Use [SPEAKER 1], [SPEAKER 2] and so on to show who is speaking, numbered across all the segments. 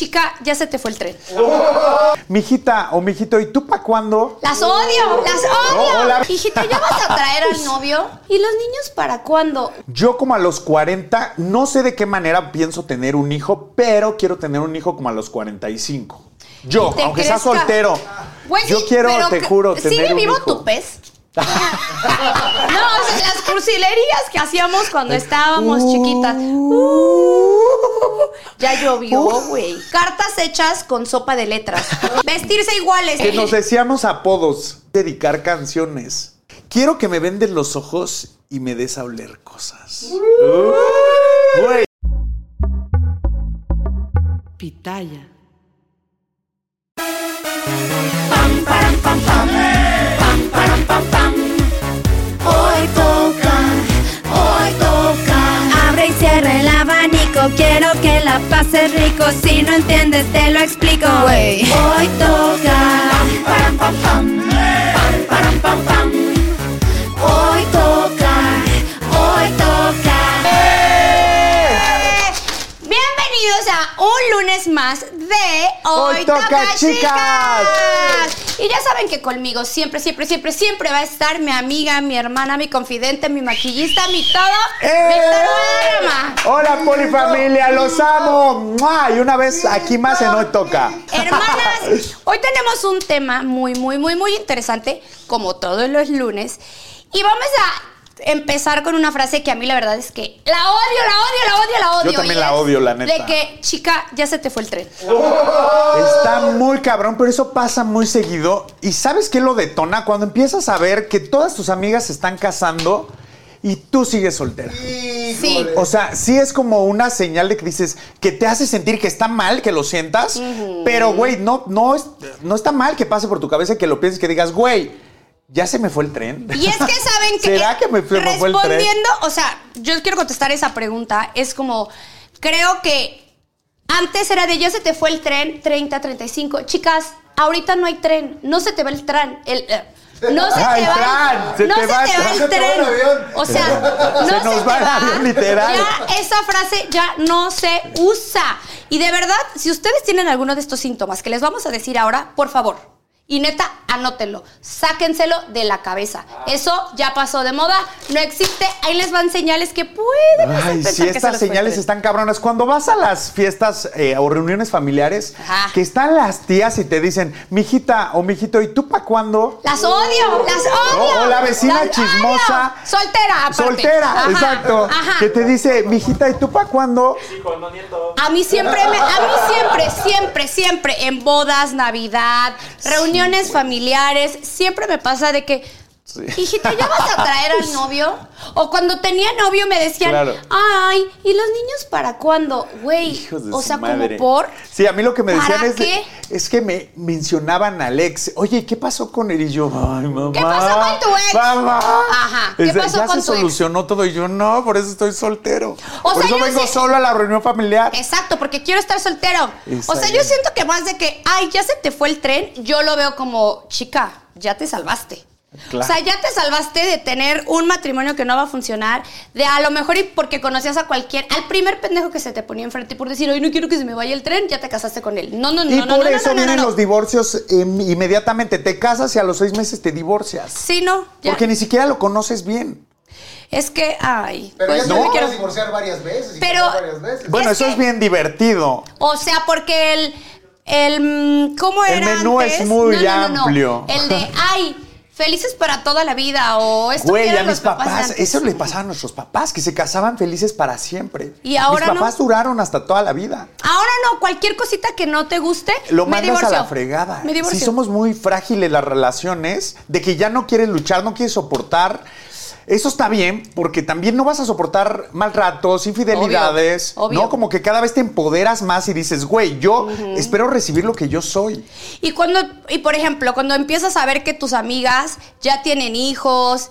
[SPEAKER 1] Chica, ya se te fue el tren.
[SPEAKER 2] Mijita o mijito, ¿y tú para cuándo?
[SPEAKER 1] Las odio, las
[SPEAKER 2] No,
[SPEAKER 1] odio.
[SPEAKER 2] hola.
[SPEAKER 1] Hijita, ¿ya vas a traer al novio? ¿Y los niños para cuándo?
[SPEAKER 2] Yo como a los 40, no sé de qué manera pienso tener un hijo, pero quiero tener un hijo como a los 45. Yo,
[SPEAKER 1] Y te
[SPEAKER 2] aunque sea
[SPEAKER 1] crezca.
[SPEAKER 2] soltero.
[SPEAKER 1] Güey,
[SPEAKER 2] yo
[SPEAKER 1] sí,
[SPEAKER 2] quiero,
[SPEAKER 1] pero
[SPEAKER 2] te
[SPEAKER 1] que-
[SPEAKER 2] juro, tener
[SPEAKER 1] ¿Sigue
[SPEAKER 2] un
[SPEAKER 1] vivo
[SPEAKER 2] hijo.
[SPEAKER 1] tu pez? no, o sea, las cursilerías que hacíamos cuando estábamos
[SPEAKER 2] Uh.
[SPEAKER 1] chiquitas. Uh, ya llovió, güey. Cartas hechas con sopa de letras. Vestirse iguales.
[SPEAKER 2] Que nos decíamos apodos, dedicar canciones. Quiero que me venden los ojos y me des a oler cosas. Güey,
[SPEAKER 3] Pitaya.
[SPEAKER 4] Hoy toca, hoy toca. Abre y cierra el abanico, quiero que la pases rico. Si no entiendes, te lo explico. Hoy toca. Hoy toca, hoy toca.
[SPEAKER 1] Bienvenidos a un lunes más de Hoy,
[SPEAKER 2] Hoy Toca
[SPEAKER 1] Toca
[SPEAKER 2] Chicas.
[SPEAKER 1] Chicas. Y ya saben que conmigo siempre, siempre, siempre, siempre va a estar mi amiga, mi hermana, mi confidente, mi maquillista, mi todo, mi todo alma.
[SPEAKER 2] Eh, Hola, polifamilia, los amo. ¡Mua! Y una vez aquí más en Hoy Toca.
[SPEAKER 1] Hermanas, hoy tenemos un tema muy, muy, muy, muy interesante, como todos los lunes. Y vamos a empezar con una frase que a mí la verdad es que la odio, la odio, la odio, la odio.
[SPEAKER 2] Yo también
[SPEAKER 1] y
[SPEAKER 2] la
[SPEAKER 1] es
[SPEAKER 2] odio, la neta.
[SPEAKER 1] De que, chica, ya se te fue el tren.
[SPEAKER 2] Está muy cabrón, pero eso pasa muy seguido. ¿Y sabes qué lo detona? Cuando empiezas a ver que todas tus amigas se están casando y tú sigues soltera.
[SPEAKER 1] Sí.
[SPEAKER 2] O sea, sí es como una señal de que dices que te hace sentir que está mal que lo sientas, pero güey, no, no, es- no está mal que pase por tu cabeza que lo pienses, que digas, güey, ya se me fue el tren.
[SPEAKER 1] Y es que saben que.
[SPEAKER 2] ¿Será que me fue- me fue el
[SPEAKER 1] Respondiendo,
[SPEAKER 2] tren?
[SPEAKER 1] o sea, yo quiero contestar esa pregunta. Es como, creo que antes era de ya se te fue el tren 30, 35. Chicas, ahorita no hay tren. No se te va el tren. El, eh, no se
[SPEAKER 2] Ah,
[SPEAKER 1] te
[SPEAKER 2] el
[SPEAKER 1] va.
[SPEAKER 2] tren, se
[SPEAKER 1] no
[SPEAKER 2] te
[SPEAKER 1] se
[SPEAKER 2] va el
[SPEAKER 1] te va
[SPEAKER 2] tren.
[SPEAKER 1] el
[SPEAKER 2] Se te va
[SPEAKER 1] tren.
[SPEAKER 2] el avión.
[SPEAKER 1] O sea, no
[SPEAKER 2] Se
[SPEAKER 1] se
[SPEAKER 2] nos
[SPEAKER 1] te
[SPEAKER 2] va el avión, literal.
[SPEAKER 1] Ya esa frase ya no se usa. Y de verdad, si ustedes tienen alguno de estos síntomas que les vamos a decir ahora, por favor. Y neta, anótenlo. Sáquenselo de la cabeza. Eso ya pasó de moda, no existe. Ahí les van señales que pueden hacer
[SPEAKER 2] Ay,
[SPEAKER 1] pensar
[SPEAKER 2] si
[SPEAKER 1] que se
[SPEAKER 2] estas
[SPEAKER 1] les fue el
[SPEAKER 2] señales
[SPEAKER 1] tren.
[SPEAKER 2] están cabronas. Cuando vas a las fiestas eh, o reuniones familiares,
[SPEAKER 1] Ajá.
[SPEAKER 2] que están las tías y te dicen, mijita o mijito, ¿y tú para cuándo?
[SPEAKER 1] Las odio, las odio.
[SPEAKER 2] O, o la vecina
[SPEAKER 1] Las
[SPEAKER 2] chismosa.
[SPEAKER 1] odio. Soltera, aparte.
[SPEAKER 2] Soltera,
[SPEAKER 1] Ajá,
[SPEAKER 2] exacto.
[SPEAKER 1] ajá.
[SPEAKER 2] Que te dice, mijita, ¿y tú para cuándo?
[SPEAKER 1] A mí siempre, me- a mí siempre, siempre, siempre, en bodas, Navidad, reuniones familiares, siempre me pasa de que, hijita, ¿ya vas a traer al novio? O cuando tenía novio me decían,
[SPEAKER 2] Claro.
[SPEAKER 1] ay, ¿y los niños para cuándo? Güey,
[SPEAKER 2] Hijos de
[SPEAKER 1] o
[SPEAKER 2] su
[SPEAKER 1] sea,
[SPEAKER 2] madre.
[SPEAKER 1] como por...
[SPEAKER 2] Sí, a mí lo que me decían
[SPEAKER 1] ¿Para
[SPEAKER 2] es, de-
[SPEAKER 1] qué?
[SPEAKER 2] es que me mencionaban a Alex. Oye, ¿qué pasó con él? Y yo, ay, mamá.
[SPEAKER 1] ¿Qué pasó con tu ex?
[SPEAKER 2] Mamá.
[SPEAKER 1] Ajá, ¿qué
[SPEAKER 2] Es de-
[SPEAKER 1] pasó
[SPEAKER 2] ya
[SPEAKER 1] con
[SPEAKER 2] se
[SPEAKER 1] tu ex?
[SPEAKER 2] solucionó todo. Y yo, no, por eso estoy soltero.
[SPEAKER 1] O
[SPEAKER 2] por
[SPEAKER 1] sea,
[SPEAKER 2] eso
[SPEAKER 1] yo
[SPEAKER 2] vengo
[SPEAKER 1] sí-
[SPEAKER 2] solo a la reunión familiar.
[SPEAKER 1] Exacto, porque quiero estar soltero. O sea,
[SPEAKER 2] Exacto.
[SPEAKER 1] yo siento que más de que, ay, ya se te fue el tren, yo lo veo como, chica, ya te salvaste.
[SPEAKER 2] Claro.
[SPEAKER 1] O sea, ya te salvaste de tener un matrimonio que no va a funcionar, de a lo mejor y porque conocías a cualquier, al primer pendejo que se te ponía enfrente y por decir, hoy no quiero que se me vaya el tren, ya te casaste con él. No, no, no,
[SPEAKER 2] y
[SPEAKER 1] no,
[SPEAKER 2] por
[SPEAKER 1] no, no,
[SPEAKER 2] eso
[SPEAKER 1] no, no,
[SPEAKER 2] vienen
[SPEAKER 1] no.
[SPEAKER 2] los divorcios em, inmediatamente. Te casas y a los seis meses te divorcias.
[SPEAKER 1] Sí, no. ya.
[SPEAKER 2] Porque ni siquiera lo conoces bien.
[SPEAKER 1] es que, ay,
[SPEAKER 3] Pero
[SPEAKER 1] pues
[SPEAKER 3] ya
[SPEAKER 1] no
[SPEAKER 3] se
[SPEAKER 1] me
[SPEAKER 3] no.
[SPEAKER 1] quiero...
[SPEAKER 3] quiero divorciar varias veces. y
[SPEAKER 1] Pero-
[SPEAKER 3] casar varias veces.
[SPEAKER 2] Bueno,
[SPEAKER 1] Es
[SPEAKER 2] eso
[SPEAKER 1] que-
[SPEAKER 2] es bien divertido.
[SPEAKER 1] O sea, porque el. el mm, ¿Cómo
[SPEAKER 2] El
[SPEAKER 1] era?
[SPEAKER 2] menú es
[SPEAKER 1] antes?
[SPEAKER 2] muy
[SPEAKER 1] No, no, no, no.
[SPEAKER 2] amplio.
[SPEAKER 1] El de, ay, felices para toda la vida o esto que
[SPEAKER 2] Güey, a
[SPEAKER 1] eran
[SPEAKER 2] mis
[SPEAKER 1] los papás. de
[SPEAKER 2] papás,
[SPEAKER 1] antes.
[SPEAKER 2] eso le pasaba a nuestros papás, que se casaban felices para siempre.
[SPEAKER 1] Y ahora no.
[SPEAKER 2] mis papás duraron hasta toda la vida.
[SPEAKER 1] Ahora no, cualquier cosita que no te guste,
[SPEAKER 2] Lo
[SPEAKER 1] me
[SPEAKER 2] mandas
[SPEAKER 1] divorcio.
[SPEAKER 2] a la fregada.
[SPEAKER 1] Me divorcio.
[SPEAKER 2] Si somos muy frágiles las relaciones, de que ya no quieres luchar, no quieres soportar. Eso está bien, porque también no vas a soportar mal ratos, infidelidades.
[SPEAKER 1] Obvio, obvio.
[SPEAKER 2] No, como que cada vez te empoderas más y dices, güey, yo espero recibir lo que yo soy.
[SPEAKER 1] Y cuando, y por ejemplo, cuando empiezas a ver que tus amigas ya tienen hijos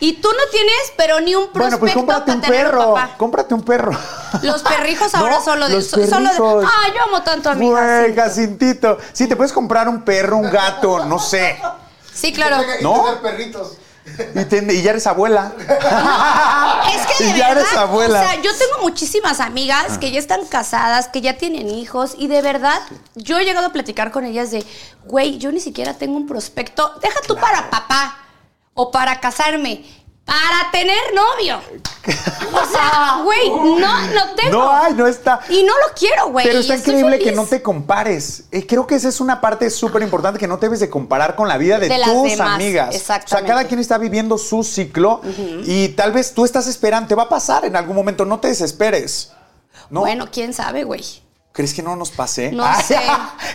[SPEAKER 1] y tú no tienes, pero ni un prospecto
[SPEAKER 2] Bueno, pues cómprate
[SPEAKER 1] para
[SPEAKER 2] un
[SPEAKER 1] tener
[SPEAKER 2] perro.
[SPEAKER 1] papá.
[SPEAKER 2] Cómprate un perro.
[SPEAKER 1] Los perrijos ahora
[SPEAKER 2] No,
[SPEAKER 1] son lo de.
[SPEAKER 2] los
[SPEAKER 1] son lo de-
[SPEAKER 2] perrijos.
[SPEAKER 1] Ay, yo amo tanto a mi
[SPEAKER 2] Güey,
[SPEAKER 1] Jacinto.
[SPEAKER 2] Jacintito. Sí, te puedes comprar un perro, un gato, no sé.
[SPEAKER 1] Sí, claro.
[SPEAKER 3] Tenga que
[SPEAKER 2] ¿No?
[SPEAKER 3] tener perritos.
[SPEAKER 2] Y, te- y ya eres abuela.
[SPEAKER 1] Es que de
[SPEAKER 2] y ya
[SPEAKER 1] verdad,
[SPEAKER 2] eres abuela. Ah.
[SPEAKER 1] o sea, yo tengo muchísimas amigas que ya están casadas, que ya tienen hijos y de verdad yo he llegado a platicar con ellas de, güey, yo ni siquiera tengo un prospecto, deja tú para papá o para casarme, para tener novio. O sea, güey, no, no tengo.
[SPEAKER 2] No hay, no está.
[SPEAKER 1] Y no lo quiero, güey.
[SPEAKER 2] Pero
[SPEAKER 1] y
[SPEAKER 2] está
[SPEAKER 1] estoy
[SPEAKER 2] increíble que
[SPEAKER 1] feliz.
[SPEAKER 2] no te compares. Eh, creo que esa es una parte súper importante que no te debes de comparar con la vida de,
[SPEAKER 1] De las
[SPEAKER 2] tus
[SPEAKER 1] demás,
[SPEAKER 2] amigas.
[SPEAKER 1] exactamente.
[SPEAKER 2] O sea, cada quien está viviendo su ciclo y tal vez tú estás esperando, te va a pasar en algún momento, no te desesperes. ¿No?
[SPEAKER 1] Bueno, quién sabe, güey.
[SPEAKER 2] ¿Crees que no nos pase?
[SPEAKER 1] No
[SPEAKER 2] Ay,
[SPEAKER 1] sé.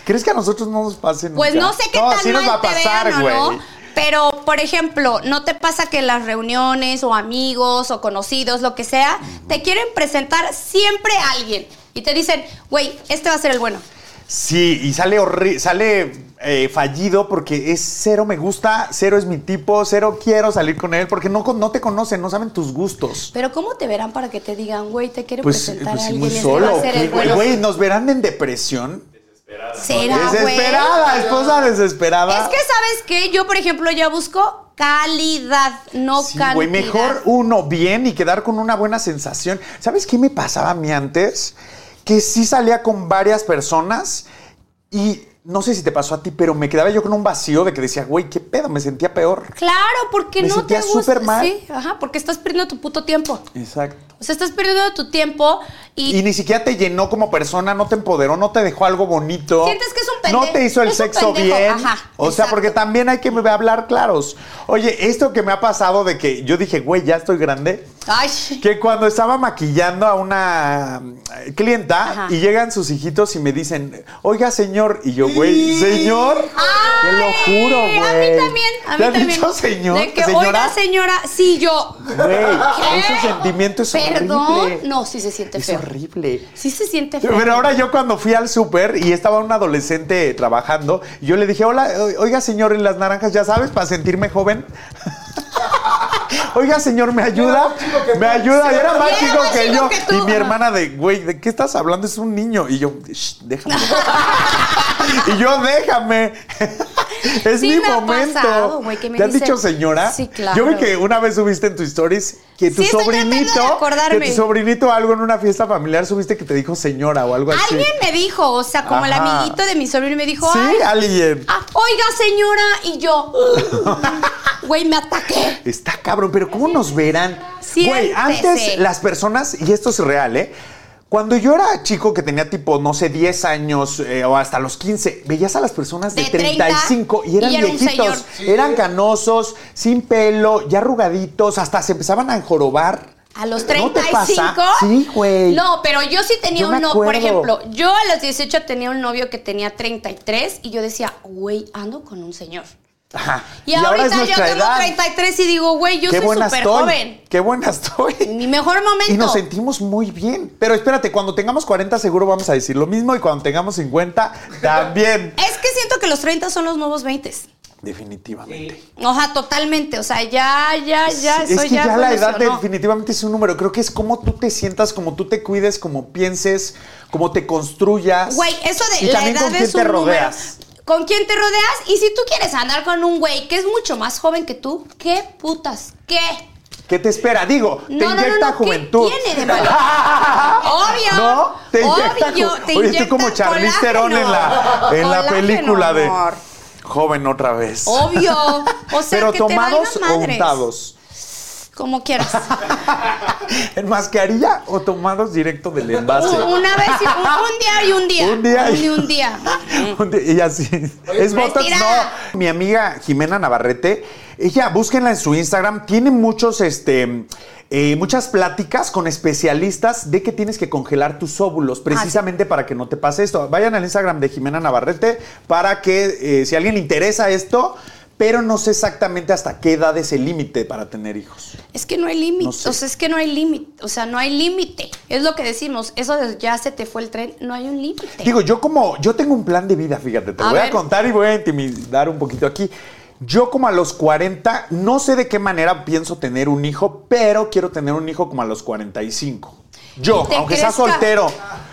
[SPEAKER 2] ¿Crees que a nosotros no nos pase nunca?
[SPEAKER 1] Pues no sé qué
[SPEAKER 2] No,
[SPEAKER 1] tan
[SPEAKER 2] sí
[SPEAKER 1] mal
[SPEAKER 2] nos va a
[SPEAKER 1] te
[SPEAKER 2] pasar,
[SPEAKER 1] vean
[SPEAKER 2] güey.
[SPEAKER 1] o no. Pero, por ejemplo, ¿no te pasa que en las reuniones o amigos o conocidos, lo que sea, te quieren presentar siempre a alguien? Y te dicen, güey, este va a ser el bueno.
[SPEAKER 2] Sí, y sale horri- sale eh, fallido porque es cero me gusta, cero es mi tipo, cero quiero salir con él porque no, con- no te conocen, no saben tus gustos.
[SPEAKER 1] Pero ¿cómo te verán para que te digan, güey, te quiero
[SPEAKER 2] Pues,
[SPEAKER 1] presentar
[SPEAKER 2] pues
[SPEAKER 1] a
[SPEAKER 2] sí,
[SPEAKER 1] alguien?
[SPEAKER 2] muy
[SPEAKER 1] Este va
[SPEAKER 2] solo.
[SPEAKER 1] a ser el
[SPEAKER 2] ¿qué, Güey,
[SPEAKER 1] bueno.
[SPEAKER 2] Güey, nos verán en depresión.
[SPEAKER 1] ¿Será, güey?
[SPEAKER 2] desesperada, esposa desesperada.
[SPEAKER 1] Ah, Es que, ¿sabes qué? Yo, por ejemplo, ya busco calidad, no
[SPEAKER 2] Sí,
[SPEAKER 1] cantidad.
[SPEAKER 2] güey, mejor uno bien y quedar con una buena sensación. ¿Sabes qué me pasaba a mí antes? Que sí salía con varias personas y no sé si te pasó a ti, pero me quedaba yo con un vacío de que decía, güey, qué pedo, me sentía peor.
[SPEAKER 1] Claro, porque
[SPEAKER 2] Me
[SPEAKER 1] no te
[SPEAKER 2] sentía
[SPEAKER 1] gusta.
[SPEAKER 2] súper mal.
[SPEAKER 1] Sí, ajá, porque estás perdiendo tu puto tiempo.
[SPEAKER 2] Exacto.
[SPEAKER 1] O sea, estás perdiendo tu tiempo y,
[SPEAKER 2] Y ni siquiera te llenó como persona, no te empoderó, no te dejó algo bonito.
[SPEAKER 1] Sientes que es un pendejo.
[SPEAKER 2] No te hizo el
[SPEAKER 1] Es un
[SPEAKER 2] sexo
[SPEAKER 1] pendejo,
[SPEAKER 2] bien.
[SPEAKER 1] ajá,
[SPEAKER 2] o sea,
[SPEAKER 1] exacto.
[SPEAKER 2] porque también hay que hablar claros. Oye, esto que me ha pasado de que yo dije, güey, ya estoy grande.
[SPEAKER 1] Ay,
[SPEAKER 2] Que cuando estaba maquillando a una eh, clienta
[SPEAKER 1] Ajá.
[SPEAKER 2] y llegan sus hijitos y me dicen, oiga, señor. Y yo, güey,
[SPEAKER 3] Sí.
[SPEAKER 2] señor. te lo juro,
[SPEAKER 1] Ay,
[SPEAKER 2] güey.
[SPEAKER 1] A mí también, a mí
[SPEAKER 2] ¿Te han
[SPEAKER 1] también.
[SPEAKER 2] dicho señor?
[SPEAKER 1] De que,
[SPEAKER 2] señora?
[SPEAKER 1] oiga, señora, sí, yo.
[SPEAKER 2] Güey,
[SPEAKER 1] ¿Qué?
[SPEAKER 2] ese sentimiento es
[SPEAKER 1] Perdón.
[SPEAKER 2] horrible.
[SPEAKER 1] No, sí se siente
[SPEAKER 2] es
[SPEAKER 1] feo.
[SPEAKER 2] horrible.
[SPEAKER 1] Sí se siente feo.
[SPEAKER 2] Pero ahora yo cuando fui al súper y estaba un adolescente trabajando, y yo le dije, hola, o- oiga señor, en las naranjas, ya sabes, para sentirme joven. oiga señor, ¿me ayuda?
[SPEAKER 3] más chico que
[SPEAKER 2] Me
[SPEAKER 3] tú.
[SPEAKER 2] ayuda,
[SPEAKER 3] Sí,
[SPEAKER 2] era más
[SPEAKER 1] era
[SPEAKER 2] chico
[SPEAKER 1] más
[SPEAKER 2] que
[SPEAKER 1] chico
[SPEAKER 2] yo.
[SPEAKER 1] que tú.
[SPEAKER 2] Y mi
[SPEAKER 1] Ajá.
[SPEAKER 2] hermana de, güey, ¿de qué estás hablando? Es un niño. Y yo, "Shh, déjame. y yo, déjame. es
[SPEAKER 1] Sí
[SPEAKER 2] mi
[SPEAKER 1] me ha
[SPEAKER 2] momento.
[SPEAKER 1] pasado, güey, que me
[SPEAKER 2] ¿Te han
[SPEAKER 1] dice-
[SPEAKER 2] dicho señora?
[SPEAKER 1] Sí, claro.
[SPEAKER 2] Yo vi que una vez subiste en tus stories que tu
[SPEAKER 1] Sí, estoy tratando de
[SPEAKER 2] sobrinito, que
[SPEAKER 1] acordarme.
[SPEAKER 2] tu sobrinito algo en una fiesta familiar subiste que te dijo señora o algo así.
[SPEAKER 1] Alguien me dijo, o sea, como el
[SPEAKER 2] Ajá.
[SPEAKER 1] amiguito de mi sobrino me dijo, ay,
[SPEAKER 2] Sí, alguien.
[SPEAKER 1] ah, oiga, señora, y yo. Güey, me ataqué.
[SPEAKER 2] Está cabrón, pero ¿cómo nos verán? Güey,
[SPEAKER 1] Siéntese.
[SPEAKER 2] antes las personas, y esto es real, ¿eh? Cuando yo era chico que tenía tipo, no sé, 10 años eh, o hasta los 15, veías a las personas de,
[SPEAKER 1] De 30,
[SPEAKER 2] 35 y eran
[SPEAKER 1] y era un señor.
[SPEAKER 2] viejitos,
[SPEAKER 3] Sí.
[SPEAKER 2] eran canosos, sin pelo, ya arrugaditos, hasta se empezaban a jorobar.
[SPEAKER 1] A los
[SPEAKER 2] ¿No te
[SPEAKER 1] 35.
[SPEAKER 2] pasa? Sí, güey.
[SPEAKER 1] No, pero yo sí tenía
[SPEAKER 2] Yo me
[SPEAKER 1] un novio. Por
[SPEAKER 2] acuerdo.
[SPEAKER 1] ejemplo, yo a los 18 tenía un novio que tenía 33 y yo decía, güey, ando con un señor.
[SPEAKER 2] Ajá.
[SPEAKER 1] Y, ahorita yo
[SPEAKER 2] nuestra
[SPEAKER 1] tengo
[SPEAKER 2] edad.
[SPEAKER 1] 33 y digo, güey, yo
[SPEAKER 2] Qué
[SPEAKER 1] soy
[SPEAKER 2] buena
[SPEAKER 1] súper
[SPEAKER 2] estoy.
[SPEAKER 1] joven.
[SPEAKER 2] Qué buena estoy.
[SPEAKER 1] Mi mejor momento.
[SPEAKER 2] Y nos sentimos muy bien. Pero espérate, cuando tengamos 40 seguro vamos a decir lo mismo y cuando tengamos 50 también.
[SPEAKER 1] Es que siento que los 30 son los nuevos 20.
[SPEAKER 2] Definitivamente.
[SPEAKER 1] O sea, totalmente. O sea, ya, ya, ya.
[SPEAKER 2] es
[SPEAKER 1] soy
[SPEAKER 2] que ya, la edad
[SPEAKER 1] evolucionó.
[SPEAKER 2] definitivamente es un número. Creo que es como tú te sientas, como tú te cuides, como pienses, como te construyas.
[SPEAKER 1] Güey, eso de
[SPEAKER 2] y
[SPEAKER 1] la
[SPEAKER 2] también
[SPEAKER 1] edad
[SPEAKER 2] con quién
[SPEAKER 1] es
[SPEAKER 2] te
[SPEAKER 1] un
[SPEAKER 2] rodeas.
[SPEAKER 1] número. Con quién te rodeas y si tú quieres andar con un güey que es mucho más joven que tú, qué putas, qué.
[SPEAKER 2] ¿Qué te espera? Digo, te
[SPEAKER 1] No, no, no,
[SPEAKER 2] inyecta
[SPEAKER 1] no, ¿qué
[SPEAKER 2] juventud.
[SPEAKER 1] tiene de malo? Obvio.
[SPEAKER 2] ¿No? Te inyecta
[SPEAKER 1] Obvio,
[SPEAKER 2] ju-
[SPEAKER 1] te
[SPEAKER 2] Oye,
[SPEAKER 1] inyecta
[SPEAKER 2] estoy como Charlize
[SPEAKER 1] colágeno.
[SPEAKER 2] Theron en la, en la
[SPEAKER 1] Colágeno,
[SPEAKER 2] película de
[SPEAKER 1] amor.
[SPEAKER 2] Joven otra vez.
[SPEAKER 1] Obvio. O sea,
[SPEAKER 2] Pero
[SPEAKER 1] que
[SPEAKER 2] tomados
[SPEAKER 1] te
[SPEAKER 2] o Ah,
[SPEAKER 1] valga madres.
[SPEAKER 2] untados.
[SPEAKER 1] como quieras.
[SPEAKER 2] ¿En mascarilla o tomados directo del envase?
[SPEAKER 1] Un- Una vez, y- un, un día y un día.
[SPEAKER 2] Un día y-
[SPEAKER 1] un día.
[SPEAKER 2] Un día- Ella sí. ¿Es Botox?
[SPEAKER 1] Respira.
[SPEAKER 2] No. Mi amiga Jimena Navarrete, ella, búsquenla en su Instagram. Tiene muchos, este. eh, muchas pláticas con especialistas de que tienes que congelar tus
[SPEAKER 1] Ah,
[SPEAKER 2] óvulos precisamente para que no te pase esto. Vayan al Instagram de Jimena Navarrete para que eh, si a alguien le interesa esto, pero no sé exactamente hasta qué edad es el límite para tener hijos.
[SPEAKER 1] Es que no hay límite.
[SPEAKER 2] No sé.
[SPEAKER 1] O sea, es que no hay límite. O sea, no hay límite. Es lo que decimos. Eso de ya se te fue el tren. No hay un límite.
[SPEAKER 2] Digo, yo como, yo tengo un plan de vida, fíjate, te
[SPEAKER 1] A
[SPEAKER 2] voy a
[SPEAKER 1] ver.
[SPEAKER 2] contar y voy a intimidar un poquito aquí. Yo como a los 40, no sé de qué manera pienso tener un hijo, pero quiero tener un hijo como a los 45. Yo,
[SPEAKER 1] Y te
[SPEAKER 2] aunque sea
[SPEAKER 1] crezca.
[SPEAKER 2] soltero.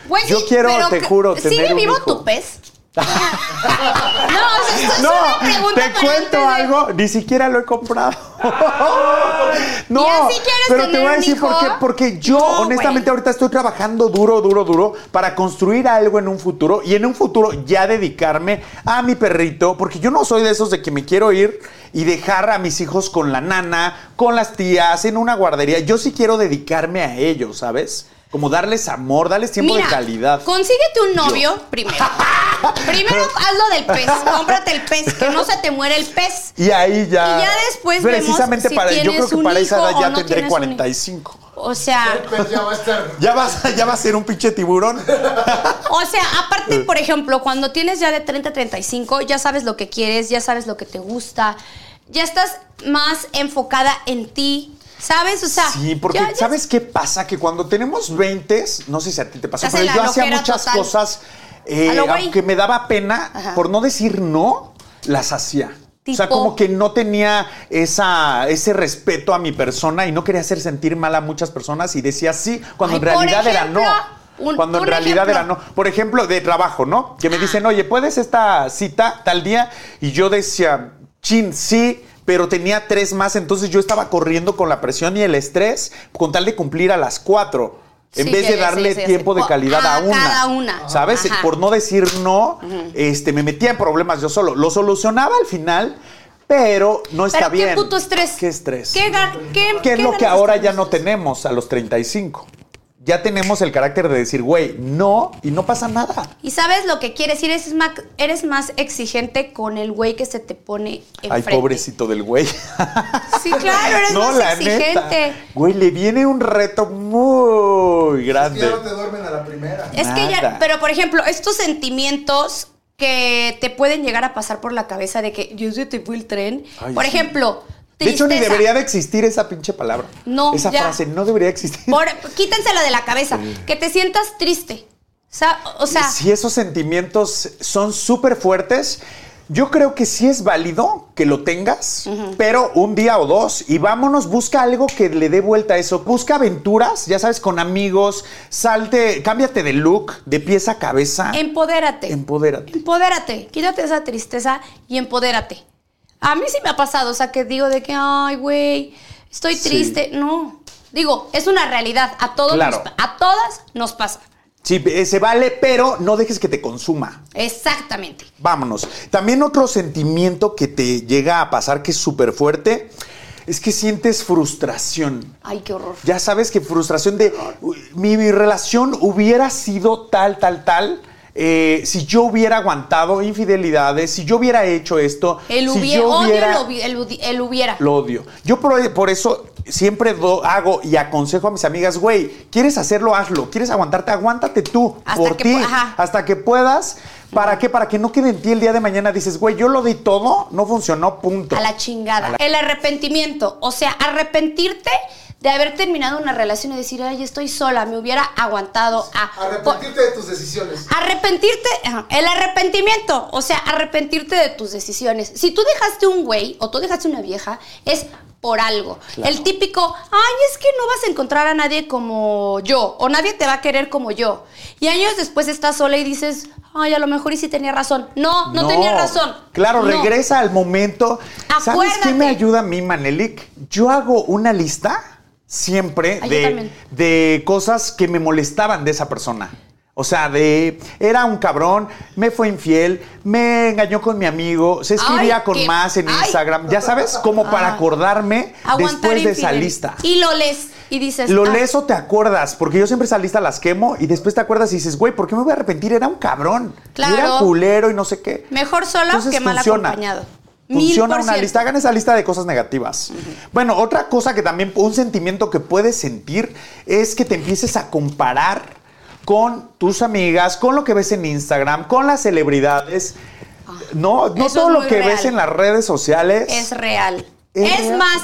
[SPEAKER 1] Güey,
[SPEAKER 2] yo
[SPEAKER 1] sí,
[SPEAKER 2] quiero,
[SPEAKER 1] pero
[SPEAKER 2] te
[SPEAKER 1] que-
[SPEAKER 2] juro, tener
[SPEAKER 1] ¿Sigue
[SPEAKER 2] un
[SPEAKER 1] vivo
[SPEAKER 2] hijo.
[SPEAKER 1] tu pez? no, o sea, esto es
[SPEAKER 2] No,
[SPEAKER 1] una pregunta
[SPEAKER 2] te
[SPEAKER 1] para
[SPEAKER 2] cuento
[SPEAKER 1] antes de-
[SPEAKER 2] algo, ni siquiera lo he comprado. no,
[SPEAKER 1] ¿Y así quieres
[SPEAKER 2] pero te
[SPEAKER 1] tener
[SPEAKER 2] voy a
[SPEAKER 1] un
[SPEAKER 2] decir
[SPEAKER 1] hijo?
[SPEAKER 2] por qué, porque yo
[SPEAKER 1] No,
[SPEAKER 2] honestamente
[SPEAKER 1] güey.
[SPEAKER 2] ahorita estoy trabajando duro, duro, duro para construir algo en un futuro y en un futuro ya dedicarme a mi perrito, porque yo no soy de esos de que me quiero ir y dejar a mis hijos con la nana, con las tías, en una guardería. Yo sí quiero dedicarme a ellos, ¿sabes? Como darles amor, darles tiempo
[SPEAKER 1] Mira,
[SPEAKER 2] de calidad.
[SPEAKER 1] Consíguete un novio primero. primero hazlo del pez. Cómprate el pez. Que no se te muere el pez.
[SPEAKER 2] Y ahí ya.
[SPEAKER 1] Y ya después vemos
[SPEAKER 2] Precisamente
[SPEAKER 1] si
[SPEAKER 2] para. Yo
[SPEAKER 1] tienes
[SPEAKER 2] creo que
[SPEAKER 1] un
[SPEAKER 2] para esa
[SPEAKER 1] hijo
[SPEAKER 2] edad
[SPEAKER 1] o
[SPEAKER 2] ya
[SPEAKER 1] no tienes
[SPEAKER 2] tendré
[SPEAKER 1] un
[SPEAKER 2] 45.
[SPEAKER 1] O sea,
[SPEAKER 3] Pues ya va a estar.
[SPEAKER 2] Ya vas, ya va a ser un pinche tiburón.
[SPEAKER 1] o sea, aparte, por ejemplo, cuando tienes ya de 30 a 35, ya sabes lo que quieres, ya sabes lo que te gusta, ya estás más enfocada en ti, ¿sabes? O sea,
[SPEAKER 2] Sí, porque
[SPEAKER 1] ya- ya-
[SPEAKER 2] ¿sabes qué pasa? Que cuando tenemos 20, no sé si a ti te pasó,
[SPEAKER 1] Estás
[SPEAKER 2] pero
[SPEAKER 1] en la
[SPEAKER 2] yo hacía
[SPEAKER 1] loquera
[SPEAKER 2] muchas
[SPEAKER 1] total.
[SPEAKER 2] cosas, eh,
[SPEAKER 1] A lo güey.
[SPEAKER 2] aunque me daba pena,
[SPEAKER 1] Ajá.
[SPEAKER 2] por no decir no, las hacía. O sea,
[SPEAKER 1] Tipo.
[SPEAKER 2] como que no tenía esa, ese respeto a mi persona y no quería hacer sentir mal a muchas personas y decía sí, cuando
[SPEAKER 1] Ay,
[SPEAKER 2] en realidad
[SPEAKER 1] por ejemplo,
[SPEAKER 2] era no.
[SPEAKER 1] un-
[SPEAKER 2] cuando en
[SPEAKER 1] un
[SPEAKER 2] realidad
[SPEAKER 1] ejemplo. Ah.
[SPEAKER 2] era no. Por ejemplo, de trabajo, ¿no? Que me dicen, oye, ¿puedes esta cita tal día? Y yo decía, chin, sí, pero tenía tres más, entonces yo estaba corriendo con la presión y el estrés con tal de cumplir a las cuatro. En
[SPEAKER 1] Sí,
[SPEAKER 2] vez
[SPEAKER 1] sí,
[SPEAKER 2] de
[SPEAKER 1] sí,
[SPEAKER 2] darle
[SPEAKER 1] sí, sí.
[SPEAKER 2] tiempo de
[SPEAKER 1] O-
[SPEAKER 2] calidad a,
[SPEAKER 1] a
[SPEAKER 2] una.
[SPEAKER 1] cada una.
[SPEAKER 2] ¿Sabes?
[SPEAKER 1] Ajá.
[SPEAKER 2] Por no decir no, este, me metía en problemas yo solo. Lo solucionaba al final, pero no está
[SPEAKER 1] Pero
[SPEAKER 2] bien.
[SPEAKER 1] qué puto estrés.
[SPEAKER 2] ¿Qué estrés?
[SPEAKER 1] ¿Qué, gan- qué,
[SPEAKER 2] ¿Qué es
[SPEAKER 1] qué
[SPEAKER 2] lo que
[SPEAKER 1] ganas
[SPEAKER 2] ahora ya
[SPEAKER 1] estamos?
[SPEAKER 2] no tenemos a los 35? Ya tenemos el carácter de decir, güey, no, y no pasa nada.
[SPEAKER 1] Y sabes lo que quieres, y eres más, eres más exigente con el güey que se te pone enfrente.
[SPEAKER 2] Ay, pobrecito del güey.
[SPEAKER 1] Sí, claro, eres más exigente.
[SPEAKER 2] Güey, le viene un reto muy grande.
[SPEAKER 3] Ya no te duermen a la primera.
[SPEAKER 1] Es que
[SPEAKER 2] Nada.
[SPEAKER 1] ya, pero por ejemplo, estos sentimientos que te pueden llegar a pasar por la cabeza de que yo se te fue el tren.
[SPEAKER 2] Ay,
[SPEAKER 1] por
[SPEAKER 2] sí.
[SPEAKER 1] ejemplo,
[SPEAKER 2] De hecho, ni
[SPEAKER 1] tristeza.
[SPEAKER 2] debería de existir esa pinche palabra.
[SPEAKER 1] No,
[SPEAKER 2] Esa
[SPEAKER 1] ya.
[SPEAKER 2] frase no debería existir.
[SPEAKER 1] Por, quítensela de la cabeza. Que te sientas triste. O sea, o sea,
[SPEAKER 2] si esos sentimientos son súper fuertes, yo creo que sí es válido que lo tengas, pero un día o dos y vámonos, busca algo que le dé vuelta a eso. Busca aventuras, ya sabes, con amigos, salte, cámbiate de look, de pies a cabeza.
[SPEAKER 1] Em, empodérate.
[SPEAKER 2] Empodérate.
[SPEAKER 1] Empodérate, quítate esa tristeza y empodérate. A mí sí me ha pasado, o sea, que digo de que, ay, güey, estoy
[SPEAKER 2] Sí.
[SPEAKER 1] triste. No, digo, es una realidad, a todos
[SPEAKER 2] Claro.
[SPEAKER 1] nos pa- a todas nos pasa.
[SPEAKER 2] Sí, eh, se vale, pero no dejes que te consuma.
[SPEAKER 1] Exactamente.
[SPEAKER 2] Vámonos. También otro sentimiento que te llega a pasar que es súper fuerte es que sientes frustración.
[SPEAKER 1] Ay, qué horror.
[SPEAKER 2] Ya sabes que frustración de "Uy, mi, mi relación hubiera sido tal, tal, tal. eh, si yo hubiera aguantado infidelidades, si yo hubiera hecho esto,
[SPEAKER 1] El
[SPEAKER 2] si
[SPEAKER 1] hubiera,
[SPEAKER 2] yo
[SPEAKER 1] odio
[SPEAKER 2] hubiera-
[SPEAKER 1] el hubi- el hudi- el hubiera.
[SPEAKER 2] lo odio. Yo por, por eso siempre do- hago y aconsejo a mis amigas, güey, ¿quieres hacerlo? Hazlo. ¿Quieres aguantarte? Aguántate tú.
[SPEAKER 1] Hasta
[SPEAKER 2] por
[SPEAKER 1] que
[SPEAKER 2] ti.
[SPEAKER 1] pu- ajá.
[SPEAKER 2] Hasta que puedas. ¿Para qué? Para que no quede en ti el día de mañana. Dices, güey, yo lo di todo, no funcionó, punto.
[SPEAKER 1] A la chingada. El arrepentimiento. O sea, arrepentirte de haber terminado una relación y decir, ay, estoy sola, me hubiera aguantado a.
[SPEAKER 3] Arrepentirte de tus decisiones.
[SPEAKER 1] Arrepentirte, ajá, el arrepentimiento, o sea, arrepentirte de tus decisiones. Si tú dejaste un güey o tú dejaste una vieja, es por algo. El típico, ay, es que no vas a encontrar a nadie como yo, o nadie te va a querer como yo. Y años después estás sola y dices, ay, a lo mejor y sí tenía razón. No, no, tenía razón.
[SPEAKER 2] Claro,
[SPEAKER 1] No.
[SPEAKER 2] regresa al momento. ¿Sabes
[SPEAKER 1] Acuérdate.
[SPEAKER 2] qué me ayuda a mí, Manelik? Yo hago una lista siempre
[SPEAKER 1] Ay, Ah, yo
[SPEAKER 2] de,
[SPEAKER 1] también.
[SPEAKER 2] de cosas que me molestaban de esa persona. O sea, de era un cabrón, me fue infiel, me engañó con mi amigo, se escribía
[SPEAKER 1] Ay,
[SPEAKER 2] con
[SPEAKER 1] qué-
[SPEAKER 2] más en
[SPEAKER 1] ay. Ah.
[SPEAKER 2] Instagram, ya sabes, como para acordarme
[SPEAKER 1] Aguantar
[SPEAKER 2] después de esa
[SPEAKER 1] infidelidad.
[SPEAKER 2] lista.
[SPEAKER 1] Y lo lees y dices.
[SPEAKER 2] Lo
[SPEAKER 1] ah,
[SPEAKER 2] lees o te acuerdas, porque yo siempre esa lista las quemo y después te acuerdas y dices, güey, ¿por qué me voy a arrepentir? Era un cabrón. y Era
[SPEAKER 1] Claro.
[SPEAKER 2] culero y no sé qué.
[SPEAKER 1] Mejor solo
[SPEAKER 2] Entonces,
[SPEAKER 1] que mal
[SPEAKER 2] funciona.
[SPEAKER 1] acompañado. Mil
[SPEAKER 2] Funciona
[SPEAKER 1] por
[SPEAKER 2] una
[SPEAKER 1] ciento.
[SPEAKER 2] lista, hagan esa lista de cosas negativas. Bueno, otra cosa que también, un sentimiento que puedes sentir es que te empieces a comparar con tus amigas, con lo que ves en Instagram, con las celebridades. No, no
[SPEAKER 1] Ah, Eso
[SPEAKER 2] todo
[SPEAKER 1] es
[SPEAKER 2] lo
[SPEAKER 1] muy
[SPEAKER 2] que
[SPEAKER 1] real.
[SPEAKER 2] ves en las redes sociales.
[SPEAKER 1] Es real.
[SPEAKER 2] Es
[SPEAKER 1] Es,
[SPEAKER 2] real.
[SPEAKER 1] más,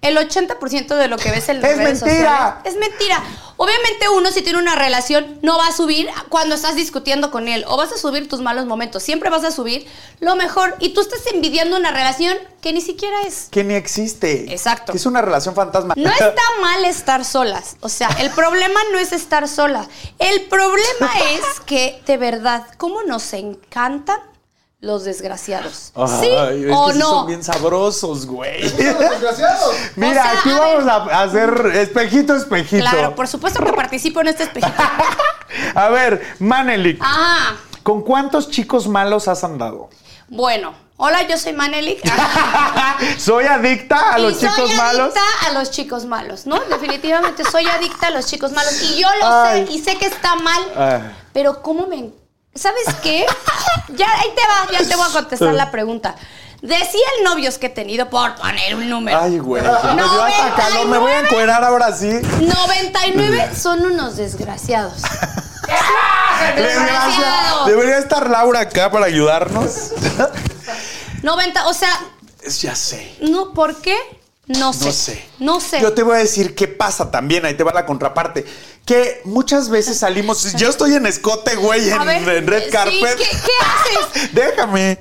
[SPEAKER 1] el 80% de lo que ves en las
[SPEAKER 2] ¡Es
[SPEAKER 1] redes
[SPEAKER 2] mentira!
[SPEAKER 1] sociales es mentira. Obviamente uno si tiene una relación no va a subir cuando estás discutiendo con él o vas a subir tus malos momentos. Siempre vas a subir lo mejor y tú estás envidiando una relación que ni siquiera es.
[SPEAKER 2] Que ni existe.
[SPEAKER 1] Exacto.
[SPEAKER 2] Que es una relación fantasma.
[SPEAKER 1] No está mal estar solas. O sea, el problema no es estar sola. El problema es que, de verdad, ¿cómo nos encantan los desgraciados? ¿Sí
[SPEAKER 2] Ay, es
[SPEAKER 1] o
[SPEAKER 2] que sí
[SPEAKER 1] no?
[SPEAKER 2] son bien sabrosos, güey.
[SPEAKER 3] Son los desgraciados.
[SPEAKER 2] Mira,
[SPEAKER 1] O sea,
[SPEAKER 2] aquí
[SPEAKER 1] a
[SPEAKER 2] vamos a hacer espejito, espejito.
[SPEAKER 1] Claro, por supuesto que participo en este espejito.
[SPEAKER 2] A ver, Manelik,
[SPEAKER 1] Ah,
[SPEAKER 2] ¿con cuántos chicos malos has andado?
[SPEAKER 1] bueno. Hola, yo soy Manelik.
[SPEAKER 2] ¿Soy adicta a los
[SPEAKER 1] y
[SPEAKER 2] chicos
[SPEAKER 1] soy
[SPEAKER 2] malos?
[SPEAKER 1] adicta a los chicos malos, ¿no? Definitivamente soy adicta a los chicos malos. Y yo lo
[SPEAKER 2] Ay.
[SPEAKER 1] sé y sé que está mal,
[SPEAKER 2] Ay.
[SPEAKER 1] pero ¿cómo me...? en- ¿Sabes qué? ya, ahí te va, ya te voy a contestar la pregunta. De 100 novios que he tenido, por poner un número,
[SPEAKER 2] Ay, güey. ya Me dio
[SPEAKER 1] 99.
[SPEAKER 2] hasta calor, me voy a encuerar ahora sí.
[SPEAKER 1] 99 son unos desgraciados.
[SPEAKER 2] Desgracia.
[SPEAKER 1] Desgraciados.
[SPEAKER 2] Debería estar Laura acá para ayudarnos.
[SPEAKER 1] 90, o sea,
[SPEAKER 2] ya sé.
[SPEAKER 1] no, ¿por qué? No sé.
[SPEAKER 2] No sé.
[SPEAKER 1] No sé.
[SPEAKER 2] Yo te voy a decir qué pasa también, ahí te va la contraparte. Que muchas veces salimos. Yo estoy en escote, güey, en,
[SPEAKER 1] A ver,
[SPEAKER 2] en red
[SPEAKER 1] sí,
[SPEAKER 2] carpet.
[SPEAKER 1] ¿qué- qué haces?
[SPEAKER 2] Déjame.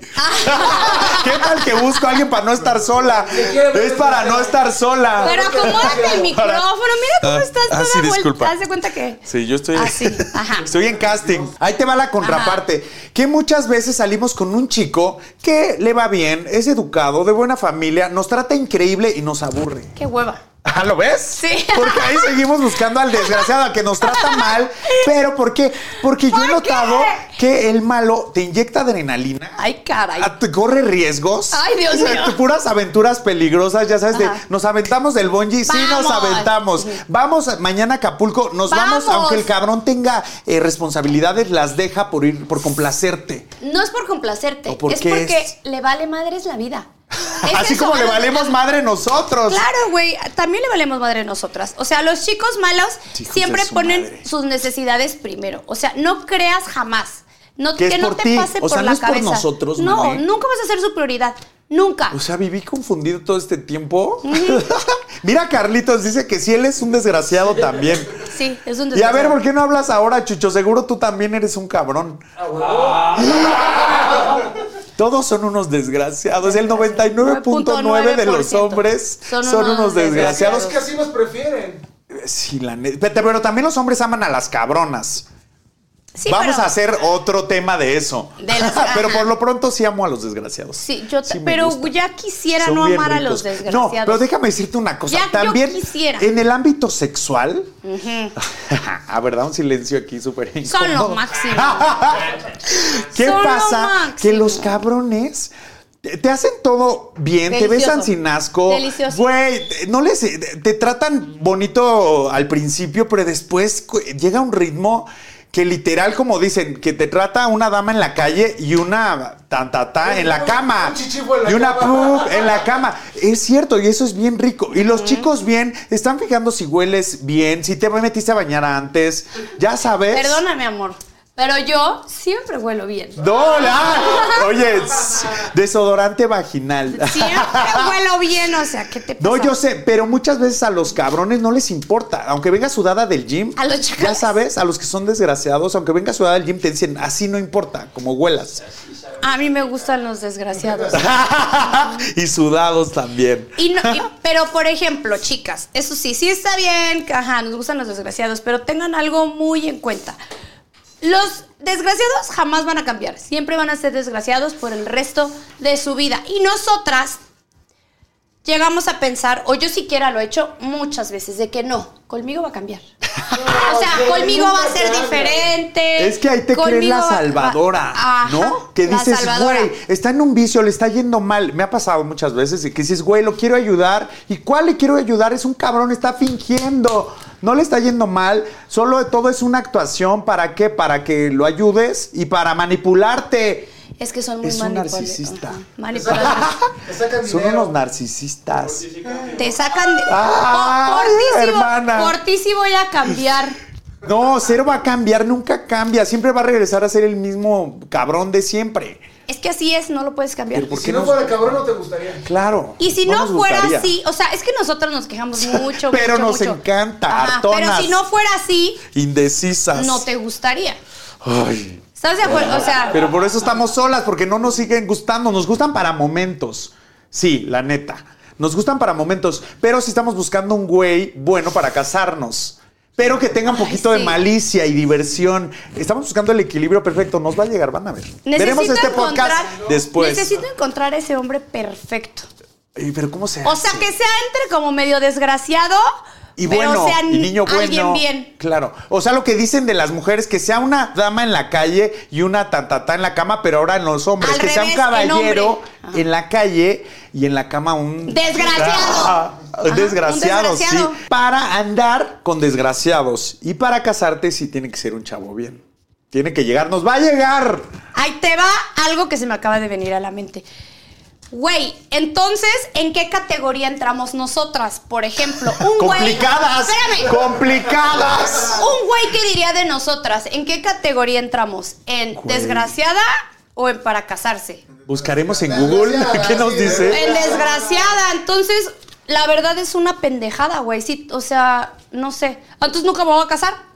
[SPEAKER 2] ¿Qué tal que busco a alguien para no estar sola?
[SPEAKER 3] quiero ver
[SPEAKER 2] Es para no estar sola.
[SPEAKER 1] Pero acomódate el
[SPEAKER 2] Para-
[SPEAKER 1] micrófono, mira cómo
[SPEAKER 2] Ah,
[SPEAKER 1] estás
[SPEAKER 2] ah,
[SPEAKER 1] toda
[SPEAKER 2] sí,
[SPEAKER 1] vuelta.
[SPEAKER 2] disculpa.
[SPEAKER 1] Haz de cuenta que.
[SPEAKER 2] Ah, Sí, yo estoy.
[SPEAKER 1] Así, ajá.
[SPEAKER 2] Estoy en casting. Ahí te va la contraparte. Que muchas veces salimos con un chico que le va bien, es educado, de buena familia, nos trata increíble y nos aburre.
[SPEAKER 1] Qué hueva.
[SPEAKER 2] Ah, ¿lo ves?
[SPEAKER 1] Sí.
[SPEAKER 2] Porque ahí seguimos buscando al desgraciado, al que nos trata mal. Pero ¿por qué? Porque yo
[SPEAKER 1] ¿Por
[SPEAKER 2] he
[SPEAKER 1] qué?
[SPEAKER 2] notado que el malo te inyecta adrenalina.
[SPEAKER 1] Ay, caray.
[SPEAKER 2] a- te corre riesgos.
[SPEAKER 1] Ay, Dios mío.
[SPEAKER 2] Puras aventuras peligrosas, ya sabes, de
[SPEAKER 1] Ajá.
[SPEAKER 2] nos aventamos del bungee, sí nos
[SPEAKER 1] Vamos.
[SPEAKER 2] aventamos. Vamos a- mañana a Acapulco, nos vamos,
[SPEAKER 1] Vamos.
[SPEAKER 2] aunque el cabrón tenga eh, responsabilidades, las deja por ir, por complacerte.
[SPEAKER 1] No es por complacerte,
[SPEAKER 2] ¿O por
[SPEAKER 1] es
[SPEAKER 2] qué
[SPEAKER 1] porque
[SPEAKER 2] es?
[SPEAKER 1] le vale madres la vida. Es
[SPEAKER 2] Así
[SPEAKER 1] eso,
[SPEAKER 2] como le
[SPEAKER 1] a los-
[SPEAKER 2] valemos madre nosotros.
[SPEAKER 1] Claro, güey, también le valemos madre nosotras. O sea, los chicos malos
[SPEAKER 2] Chicos
[SPEAKER 1] siempre
[SPEAKER 2] de su
[SPEAKER 1] ponen
[SPEAKER 2] madre.
[SPEAKER 1] sus necesidades primero. O sea, no creas jamás. No,
[SPEAKER 2] Que
[SPEAKER 1] que
[SPEAKER 2] es
[SPEAKER 1] no
[SPEAKER 2] por
[SPEAKER 1] te
[SPEAKER 2] ti.
[SPEAKER 1] pase
[SPEAKER 2] O
[SPEAKER 1] por
[SPEAKER 2] sea, no
[SPEAKER 1] la
[SPEAKER 2] es por
[SPEAKER 1] cabeza.
[SPEAKER 2] nosotros,
[SPEAKER 1] no,
[SPEAKER 2] mamá.
[SPEAKER 1] nunca vas a ser su prioridad. Nunca.
[SPEAKER 2] O sea, viví confundido todo este tiempo. Mira, Carlitos dice que si él es un desgraciado también.
[SPEAKER 1] sí, es un
[SPEAKER 2] Y a ver,
[SPEAKER 1] desgraciado.
[SPEAKER 2] ¿por qué no hablas ahora, Chucho? Seguro tú también eres un cabrón. Todos son unos desgraciados. El 99.9 de los hombres son, unos desgraciados.
[SPEAKER 3] Es que así nos prefieren.
[SPEAKER 2] Sí, la ne- Pero pero también los hombres aman a las cabronas.
[SPEAKER 1] Sí,
[SPEAKER 2] Vamos
[SPEAKER 1] pero-
[SPEAKER 2] a hacer otro tema de eso.
[SPEAKER 1] De las-
[SPEAKER 2] pero
[SPEAKER 1] ajá.
[SPEAKER 2] por lo pronto sí amo a los desgraciados.
[SPEAKER 1] Sí, yo ta-
[SPEAKER 2] me
[SPEAKER 1] pero
[SPEAKER 2] gusta.
[SPEAKER 1] ya quisiera
[SPEAKER 2] Son
[SPEAKER 1] no
[SPEAKER 2] bien
[SPEAKER 1] amar a
[SPEAKER 2] ricos.
[SPEAKER 1] los desgraciados.
[SPEAKER 2] No, pero déjame decirte una cosa.
[SPEAKER 1] Ya yo
[SPEAKER 2] También
[SPEAKER 1] quisiera.
[SPEAKER 2] en el ámbito sexual. a verdad, un silencio aquí súper
[SPEAKER 1] Son
[SPEAKER 2] incómodo. Ah,
[SPEAKER 1] lo máximo.
[SPEAKER 2] ¿Qué
[SPEAKER 1] Son lo
[SPEAKER 2] pasa?
[SPEAKER 1] máximo.
[SPEAKER 2] que los cabrones te te hacen todo bien, te
[SPEAKER 1] Delicioso.
[SPEAKER 2] besan sin asco.
[SPEAKER 1] Delicioso.
[SPEAKER 2] Güey, te- no les te tratan bonito al principio, pero después cu- llega un ritmo que literal, como dicen, que te trata una dama en la calle y una tan ta, ta, en la cama.
[SPEAKER 3] Un chichifo en la
[SPEAKER 2] y una
[SPEAKER 3] cama.
[SPEAKER 2] plup en la cama. Es cierto, y eso es bien rico. Y los chicos bien, están fijando si hueles bien, si te metiste a bañar antes. Ya sabes.
[SPEAKER 1] Perdóname, amor. Pero yo siempre huelo bien.
[SPEAKER 2] ¡Dólar! Oye, s- desodorante vaginal.
[SPEAKER 1] Siempre huelo bien, o sea, ¿qué te pasa?
[SPEAKER 2] No, yo sé, pero muchas veces a los cabrones no les importa. Aunque venga sudada del gym,
[SPEAKER 1] A los
[SPEAKER 2] ya
[SPEAKER 1] chacales.
[SPEAKER 2] sabes, a los que son desgraciados, aunque venga sudada del gym, te dicen, así no importa, como huelas.
[SPEAKER 1] A mí me gustan los desgraciados.
[SPEAKER 2] y sudados también.
[SPEAKER 1] Y no- y- pero, por ejemplo, chicas, eso sí, sí está bien, que, ajá, nos gustan los desgraciados, pero tengan algo muy en cuenta. Los desgraciados jamás van a cambiar, siempre van a ser desgraciados por el resto de su vida. Y nosotras llegamos a pensar, o yo siquiera lo he hecho muchas veces, de que no, conmigo va a cambiar. o sea,
[SPEAKER 3] sí,
[SPEAKER 1] conmigo va a
[SPEAKER 3] nunca
[SPEAKER 1] ser
[SPEAKER 3] cambia.
[SPEAKER 1] diferente.
[SPEAKER 2] Es que ahí te creen
[SPEAKER 1] conmigo
[SPEAKER 2] la
[SPEAKER 1] va-
[SPEAKER 2] salvadora,
[SPEAKER 1] va- ajá,
[SPEAKER 2] ¿no? Que
[SPEAKER 1] la
[SPEAKER 2] dices,
[SPEAKER 1] salvadora.
[SPEAKER 2] güey, está en un vicio, le está yendo mal. Me ha pasado muchas veces y que dices, güey, lo quiero ayudar. ¿Y cuál le quiero ayudar? Es un cabrón, está fingiendo. No le está yendo mal, solo todo es una actuación. ¿Para qué? Para que lo ayudes y para manipularte.
[SPEAKER 1] Es que son muy
[SPEAKER 2] Es un
[SPEAKER 1] manipula-
[SPEAKER 2] narcisista.
[SPEAKER 1] ajá, manipuladores.
[SPEAKER 3] Te sacan
[SPEAKER 2] Son
[SPEAKER 3] dinero.
[SPEAKER 2] unos narcisistas.
[SPEAKER 1] Te sacan de.
[SPEAKER 2] Ay,
[SPEAKER 1] por, por ti sí vo-
[SPEAKER 2] Ah, hermana.
[SPEAKER 1] por ti sí voy a cambiar.
[SPEAKER 2] No, cero va a cambiar, nunca cambia. Siempre va a regresar a ser el mismo cabrón de siempre.
[SPEAKER 1] Es que así es, no lo puedes cambiar.
[SPEAKER 2] Pero ¿por
[SPEAKER 3] Si
[SPEAKER 2] qué
[SPEAKER 3] no
[SPEAKER 2] nos-
[SPEAKER 3] fuera cabrón, no te gustaría.
[SPEAKER 2] Claro.
[SPEAKER 1] Y si no,
[SPEAKER 2] nos
[SPEAKER 1] fuera
[SPEAKER 2] gustaría.
[SPEAKER 1] así, o sea, es que nosotros nos quejamos mucho.
[SPEAKER 2] Pero
[SPEAKER 1] mucho,
[SPEAKER 2] nos
[SPEAKER 1] mucho.
[SPEAKER 2] encanta,
[SPEAKER 1] Ajá, Pero
[SPEAKER 2] hartonas.
[SPEAKER 1] si no fuera así,
[SPEAKER 2] Indecisas.
[SPEAKER 1] no te gustaría.
[SPEAKER 2] Ay.
[SPEAKER 1] ¿Estás de acuerdo? O sea,
[SPEAKER 2] Pero por eso estamos solas, porque no nos siguen gustando. Nos gustan para momentos. Sí, la neta. Nos gustan para momentos, pero sí estamos buscando un güey bueno para casarnos. Pero que tenga un
[SPEAKER 1] Ay,
[SPEAKER 2] poquito
[SPEAKER 1] sí.
[SPEAKER 2] de malicia y diversión. Estamos buscando el equilibrio perfecto. Nos va a llegar, van a ver. Veremos
[SPEAKER 1] necesito
[SPEAKER 2] este podcast
[SPEAKER 1] encontrar-
[SPEAKER 2] después.
[SPEAKER 1] Necesito encontrar ese hombre perfecto.
[SPEAKER 2] Ey, pero ¿cómo se
[SPEAKER 1] O sea,
[SPEAKER 2] hace?
[SPEAKER 1] que sea entre como medio desgraciado,
[SPEAKER 2] y
[SPEAKER 1] pero
[SPEAKER 2] bueno,
[SPEAKER 1] sea
[SPEAKER 2] y niño bueno.
[SPEAKER 1] alguien bien.
[SPEAKER 2] Claro. O sea, lo que dicen de las mujeres, que sea una dama en la calle y una tatatá en la cama, pero ahora en los hombres,
[SPEAKER 1] Al
[SPEAKER 2] que sea un
[SPEAKER 1] revés, en
[SPEAKER 2] caballero
[SPEAKER 1] hombre. Ajá.
[SPEAKER 2] en la calle y en la cama un.
[SPEAKER 1] Desgraciado.
[SPEAKER 2] Ah,
[SPEAKER 1] Ajá,
[SPEAKER 2] desgraciado,
[SPEAKER 1] un desgraciado.
[SPEAKER 2] sí. Para andar con desgraciados. Y para casarte, sí tiene que ser un chavo bien. Tiene que llegar, nos va a llegar.
[SPEAKER 1] Ahí te va algo que se me acaba de venir a la mente. Güey, entonces, ¿en qué categoría entramos nosotras? Por ejemplo, un güey.
[SPEAKER 2] Complicadas.
[SPEAKER 1] Espérame.
[SPEAKER 2] Complicadas.
[SPEAKER 1] Un güey que diría de nosotras, ¿en qué categoría entramos? ¿En
[SPEAKER 2] Güey.
[SPEAKER 1] desgraciada o en para casarse?
[SPEAKER 2] Buscaremos en Google qué nos dice.
[SPEAKER 1] En desgraciada. Entonces, la verdad es una pendejada, güey. Sí, o sea, no sé. Entonces nunca me voy a casar.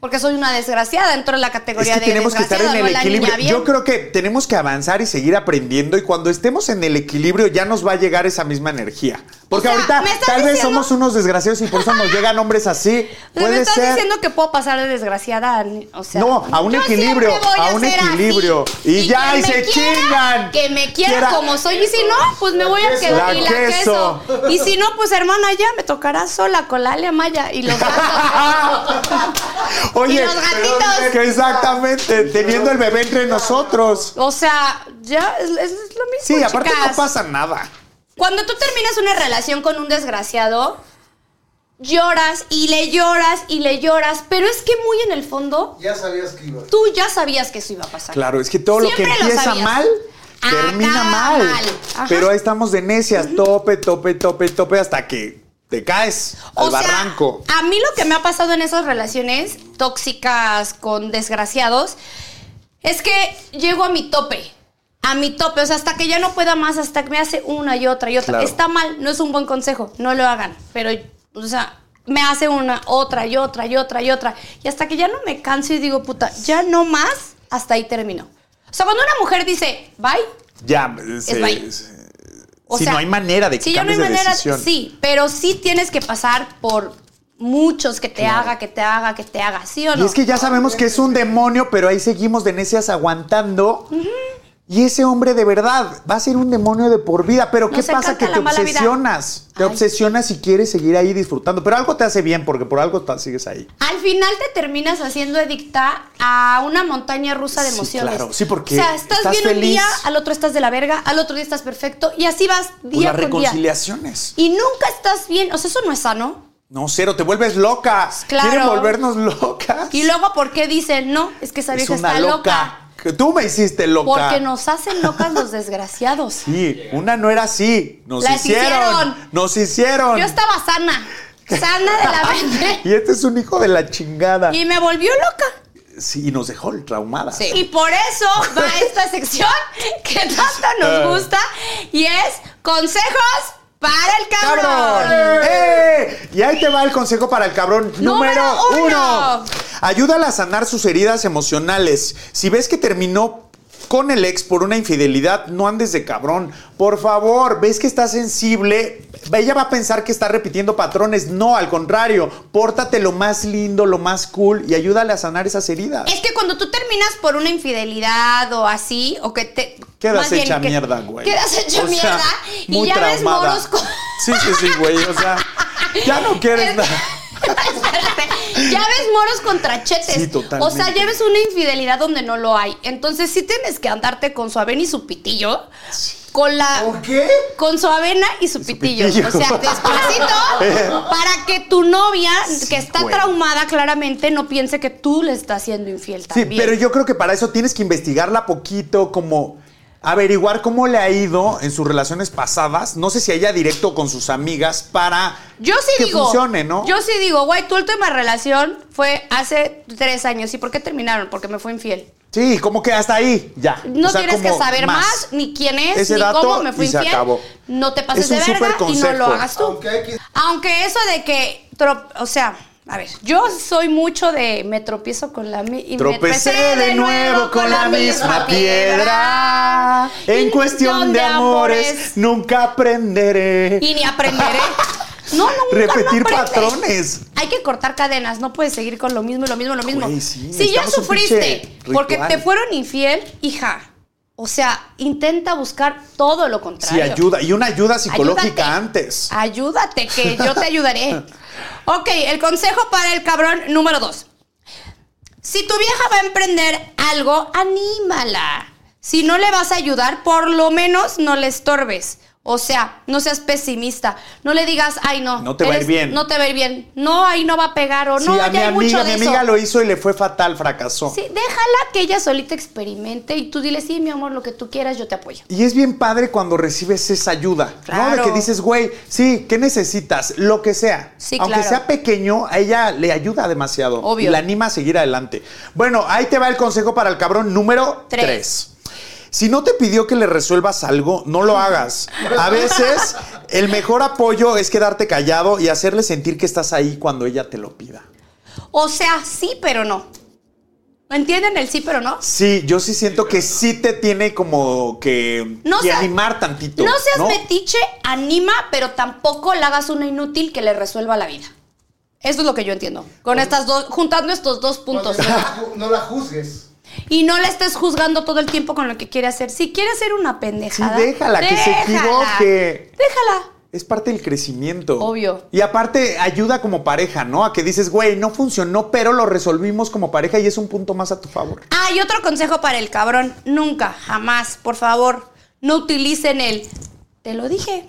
[SPEAKER 1] Porque soy una desgraciada. Entro en la
[SPEAKER 2] Es
[SPEAKER 1] categoría
[SPEAKER 2] que
[SPEAKER 1] de
[SPEAKER 2] tenemos que estar
[SPEAKER 1] desgraciada,
[SPEAKER 2] en el
[SPEAKER 1] no la niña
[SPEAKER 2] equilibrio.
[SPEAKER 1] bien.
[SPEAKER 2] Yo creo que tenemos que avanzar y seguir aprendiendo. Y cuando estemos en el equilibrio, ya nos va a llegar esa misma energía. Porque
[SPEAKER 1] O sea,
[SPEAKER 2] ahorita
[SPEAKER 1] ¿me estás
[SPEAKER 2] tal vez
[SPEAKER 1] diciendo?
[SPEAKER 2] somos unos desgraciados y por eso nos llegan hombres así.
[SPEAKER 1] O sea,
[SPEAKER 2] Puede
[SPEAKER 1] Pues me estás
[SPEAKER 2] ser.
[SPEAKER 1] diciendo que puedo pasar de desgraciada a ni- o sea,
[SPEAKER 2] no, a un
[SPEAKER 1] yo
[SPEAKER 2] equilibrio,
[SPEAKER 1] siempre voy
[SPEAKER 2] a un
[SPEAKER 1] ser así.
[SPEAKER 2] equilibrio. Y ya,
[SPEAKER 1] que
[SPEAKER 2] y
[SPEAKER 1] me
[SPEAKER 2] se
[SPEAKER 1] quiera,
[SPEAKER 2] chingan.
[SPEAKER 1] Que me quiera,
[SPEAKER 2] Quiera-
[SPEAKER 1] como soy. Y si no, pues me voy a quedar.
[SPEAKER 2] La
[SPEAKER 1] y la queso. Y si no, pues hermana, ya me tocará sola con la Alia Maya y los gatos.
[SPEAKER 2] Oye,
[SPEAKER 1] los gatitos.
[SPEAKER 2] que exactamente, teniendo el bebé entre nosotros.
[SPEAKER 1] o sea, ya es, es- es lo mismo.
[SPEAKER 2] Sí, aparte no
[SPEAKER 1] chicas.
[SPEAKER 2] pasa nada.
[SPEAKER 1] Cuando tú terminas una relación con un desgraciado, lloras y le lloras y le lloras, pero es que muy en el fondo,
[SPEAKER 3] Ya sabías que iba.
[SPEAKER 1] tú ya sabías que eso iba a pasar.
[SPEAKER 2] Claro, es que todo lo
[SPEAKER 1] Siempre
[SPEAKER 2] que
[SPEAKER 1] lo
[SPEAKER 2] empieza
[SPEAKER 1] sabías.
[SPEAKER 2] mal
[SPEAKER 1] Acaba
[SPEAKER 2] termina mal.
[SPEAKER 1] mal. Ajá.
[SPEAKER 2] Pero ahí estamos de necias, tope, tope, tope, tope, hasta que te caes al
[SPEAKER 1] O sea, ah,
[SPEAKER 2] barranco.
[SPEAKER 1] a mí lo que me ha pasado en esas relaciones tóxicas con desgraciados es que llego a mi tope. A mi tope, o sea, hasta que ya no pueda más, hasta que me hace una y otra y otra.
[SPEAKER 2] Claro.
[SPEAKER 1] Está mal, no es un buen consejo, no lo hagan. Pero, o sea, me hace una, otra y otra y otra y otra. Y hasta que ya no me canso y digo, puta, ya no más, hasta ahí termino. O sea, cuando una mujer dice, bye,
[SPEAKER 2] Ya, se-
[SPEAKER 1] bye.
[SPEAKER 2] se-
[SPEAKER 1] o
[SPEAKER 2] si
[SPEAKER 1] sea,
[SPEAKER 2] no hay manera de que
[SPEAKER 1] si ya no hay
[SPEAKER 2] cambies de
[SPEAKER 1] manera,
[SPEAKER 2] decisión.
[SPEAKER 1] Sí, pero sí tienes que pasar por muchos que te haga, que te haga, que te haga, ¿sí o no?
[SPEAKER 2] Y es que ya sabemos que es un demonio, pero ahí seguimos de necias aguantando. Y ese hombre de verdad va a ser un demonio de por vida. Pero ¿qué
[SPEAKER 1] Nos
[SPEAKER 2] pasa?
[SPEAKER 1] encanta
[SPEAKER 2] Que te
[SPEAKER 1] la mala vida.
[SPEAKER 2] obsesionas. Te
[SPEAKER 1] Ay.
[SPEAKER 2] obsesionas y quieres seguir ahí disfrutando. Pero algo te hace bien, porque por algo ta- sigues ahí.
[SPEAKER 1] Al final te terminas haciendo adicta a una montaña rusa de
[SPEAKER 2] Sí,
[SPEAKER 1] emociones.
[SPEAKER 2] claro. Sí, porque
[SPEAKER 1] O sea, estás,
[SPEAKER 2] estás
[SPEAKER 1] bien un
[SPEAKER 2] feliz.
[SPEAKER 1] día, al otro estás de la verga, al otro día estás perfecto y así vas
[SPEAKER 2] Pues
[SPEAKER 1] día
[SPEAKER 2] las
[SPEAKER 1] con día.
[SPEAKER 2] reconciliaciones.
[SPEAKER 1] Y nunca estás bien, o sea, eso no es sano.
[SPEAKER 2] No, cero, te vuelves loca.
[SPEAKER 1] Claro.
[SPEAKER 2] Quieren volvernos locas.
[SPEAKER 1] Y luego, ¿por qué dicen? No, es que esa
[SPEAKER 2] Es
[SPEAKER 1] vieja
[SPEAKER 2] una
[SPEAKER 1] está loca.
[SPEAKER 2] Que Tú me hiciste loca.
[SPEAKER 1] Porque nos hacen locas los desgraciados.
[SPEAKER 2] Sí, una no era así. Nos
[SPEAKER 1] Las
[SPEAKER 2] hicieron.
[SPEAKER 1] hicieron.
[SPEAKER 2] Nos hicieron.
[SPEAKER 1] Yo estaba sana, sana de la mente.
[SPEAKER 2] Y este es un hijo de la chingada.
[SPEAKER 1] Y me volvió loca.
[SPEAKER 2] Sí, y nos dejó traumada.
[SPEAKER 1] Y por eso va esta sección que tanto nos gusta y es consejos para el cabrón.
[SPEAKER 2] ¡Cabrón! ¡Eh! Y ahí te va el consejo para el cabrón número,
[SPEAKER 1] Número
[SPEAKER 2] uno.
[SPEAKER 1] uno.
[SPEAKER 2] Ayúdala a sanar sus heridas emocionales. Si ves que terminó con el ex por una infidelidad, no andes de cabrón. Por favor, ves que está sensible. Ella va a pensar que está repitiendo patrones. No, al contrario. Pórtate lo más lindo, lo más cool y ayúdale a sanar esas heridas.
[SPEAKER 1] Es que cuando tú terminas por una infidelidad o así, o que te.
[SPEAKER 2] Quedas
[SPEAKER 1] más bien
[SPEAKER 2] hecha
[SPEAKER 1] que-
[SPEAKER 2] mierda, güey.
[SPEAKER 1] Quedas hecha
[SPEAKER 2] O sea,
[SPEAKER 1] mierda y
[SPEAKER 2] muy
[SPEAKER 1] ya ves
[SPEAKER 2] traumada.
[SPEAKER 1] moros con-
[SPEAKER 2] Sí, sí, sí, güey. O sea, ya no quieres
[SPEAKER 1] Es-
[SPEAKER 2] nada.
[SPEAKER 1] Espérate. Ya ves moros contra chetes.
[SPEAKER 2] Sí, totalmente.
[SPEAKER 1] O sea, ya ves una infidelidad donde no lo hay. Entonces sí tienes que andarte con su avena y su pitillo. Con la.
[SPEAKER 3] ¿Por qué?
[SPEAKER 1] Con su avena y su, pitillo.
[SPEAKER 2] pitillo.
[SPEAKER 1] O sea, despacito para que tu novia, que está
[SPEAKER 2] güey.
[SPEAKER 1] traumada claramente, no piense que tú le estás siendo infiel
[SPEAKER 2] Sí,
[SPEAKER 1] también.
[SPEAKER 2] pero yo creo que para eso tienes que investigarla poquito, como averiguar cómo le ha ido en sus relaciones pasadas. No sé si haya directo con sus amigas para
[SPEAKER 1] Yo sí
[SPEAKER 2] que
[SPEAKER 1] digo.
[SPEAKER 2] funcione, ¿no?
[SPEAKER 1] Yo sí digo, güey, tu última relación fue hace tres años. ¿Y por qué terminaron? Porque me fue infiel.
[SPEAKER 2] Sí, como que hasta ahí, ya.
[SPEAKER 1] No
[SPEAKER 2] O sea,
[SPEAKER 1] tienes que
[SPEAKER 2] como
[SPEAKER 1] saber más. ni quién es,
[SPEAKER 2] Ese
[SPEAKER 1] ni
[SPEAKER 2] dato
[SPEAKER 1] cómo me fui
[SPEAKER 2] y se
[SPEAKER 1] infiel.
[SPEAKER 2] acabó.
[SPEAKER 1] No te pases
[SPEAKER 2] Es un
[SPEAKER 1] de verga
[SPEAKER 2] súper
[SPEAKER 1] y no lo
[SPEAKER 2] consejo.
[SPEAKER 1] hagas tú.
[SPEAKER 3] Aunque hay que.
[SPEAKER 1] Aunque eso de que, tro- o sea, a ver, yo soy mucho de me tropiezo con la mi- y me
[SPEAKER 2] Tropecé de nuevo con la misma piedra. En
[SPEAKER 1] Y
[SPEAKER 2] cuestión de amores, nunca aprenderé.
[SPEAKER 1] Y ni aprenderé. No, no, nunca
[SPEAKER 2] Repetir
[SPEAKER 1] no aprendes.
[SPEAKER 2] patrones.
[SPEAKER 1] Hay que cortar cadenas, no puedes seguir con lo mismo y lo mismo y lo mismo.
[SPEAKER 2] Güey, sí,
[SPEAKER 1] si ya
[SPEAKER 2] necesitamos un
[SPEAKER 1] sufriste
[SPEAKER 2] pinche
[SPEAKER 1] porque
[SPEAKER 2] ritual.
[SPEAKER 1] te fueron infiel, hija, o sea, intenta buscar todo lo
[SPEAKER 2] Sí,
[SPEAKER 1] contrario.
[SPEAKER 2] ayuda. Y una ayuda psicológica
[SPEAKER 1] Ayúdate.
[SPEAKER 2] antes.
[SPEAKER 1] Ayúdate, que yo te ayudaré. ok, el consejo para el cabrón número dos. Si tu vieja va a emprender algo, anímala. Si no le vas a ayudar, por lo menos no le estorbes. O sea, no seas pesimista. No le digas, ay, no.
[SPEAKER 2] No te va a ir bien.
[SPEAKER 1] No te va a ir bien. No, ahí no va a pegar. O
[SPEAKER 2] Sí,
[SPEAKER 1] no,
[SPEAKER 2] a
[SPEAKER 1] ya
[SPEAKER 2] mi
[SPEAKER 1] hay mucho
[SPEAKER 2] amiga,
[SPEAKER 1] de
[SPEAKER 2] mi
[SPEAKER 1] eso.
[SPEAKER 2] amiga lo hizo y le fue fatal, fracasó.
[SPEAKER 1] Sí, déjala que ella solita experimente y tú dile, sí, mi amor, lo que tú quieras, yo te apoyo.
[SPEAKER 2] Y es bien padre cuando recibes esa ayuda, ¿no? De
[SPEAKER 1] Claro.
[SPEAKER 2] que dices, güey, sí, ¿qué necesitas? Lo que sea.
[SPEAKER 1] Sí,
[SPEAKER 2] Aunque
[SPEAKER 1] claro.
[SPEAKER 2] sea pequeño, a ella le ayuda demasiado.
[SPEAKER 1] Obvio.
[SPEAKER 2] Y la anima a seguir adelante. Bueno, ahí te va el consejo para el cabrón número
[SPEAKER 1] Tres.
[SPEAKER 2] 3. Si no te pidió que le resuelvas algo, no lo hagas. A veces el mejor apoyo es quedarte callado y hacerle sentir que estás ahí cuando ella te lo pida.
[SPEAKER 1] O sea, sí, pero no. ¿Entienden el sí, pero no?
[SPEAKER 2] Sí, yo sí siento que sí te tiene como que,
[SPEAKER 1] No
[SPEAKER 2] que
[SPEAKER 1] seas-
[SPEAKER 2] animar tantito.
[SPEAKER 1] No seas metiche, anima, pero tampoco le hagas una inútil que le resuelva la vida. Eso es lo que yo entiendo. Con estas dos, juntando estos dos puntos.
[SPEAKER 3] No, la ju- no la juzgues.
[SPEAKER 1] Y no la estés juzgando todo el tiempo con lo que quiere hacer. Si quiere hacer una pendejada.
[SPEAKER 2] Sí, déjala, que se equivoque.
[SPEAKER 1] Déjala.
[SPEAKER 2] Es parte del crecimiento.
[SPEAKER 1] Obvio.
[SPEAKER 2] Y aparte ayuda como pareja, ¿no? A que dices, güey, no funcionó, pero lo resolvimos como pareja y es un punto más a tu favor.
[SPEAKER 1] Ah, y otro consejo para el cabrón. Nunca, jamás, por favor, no utilicen el. Te lo dije.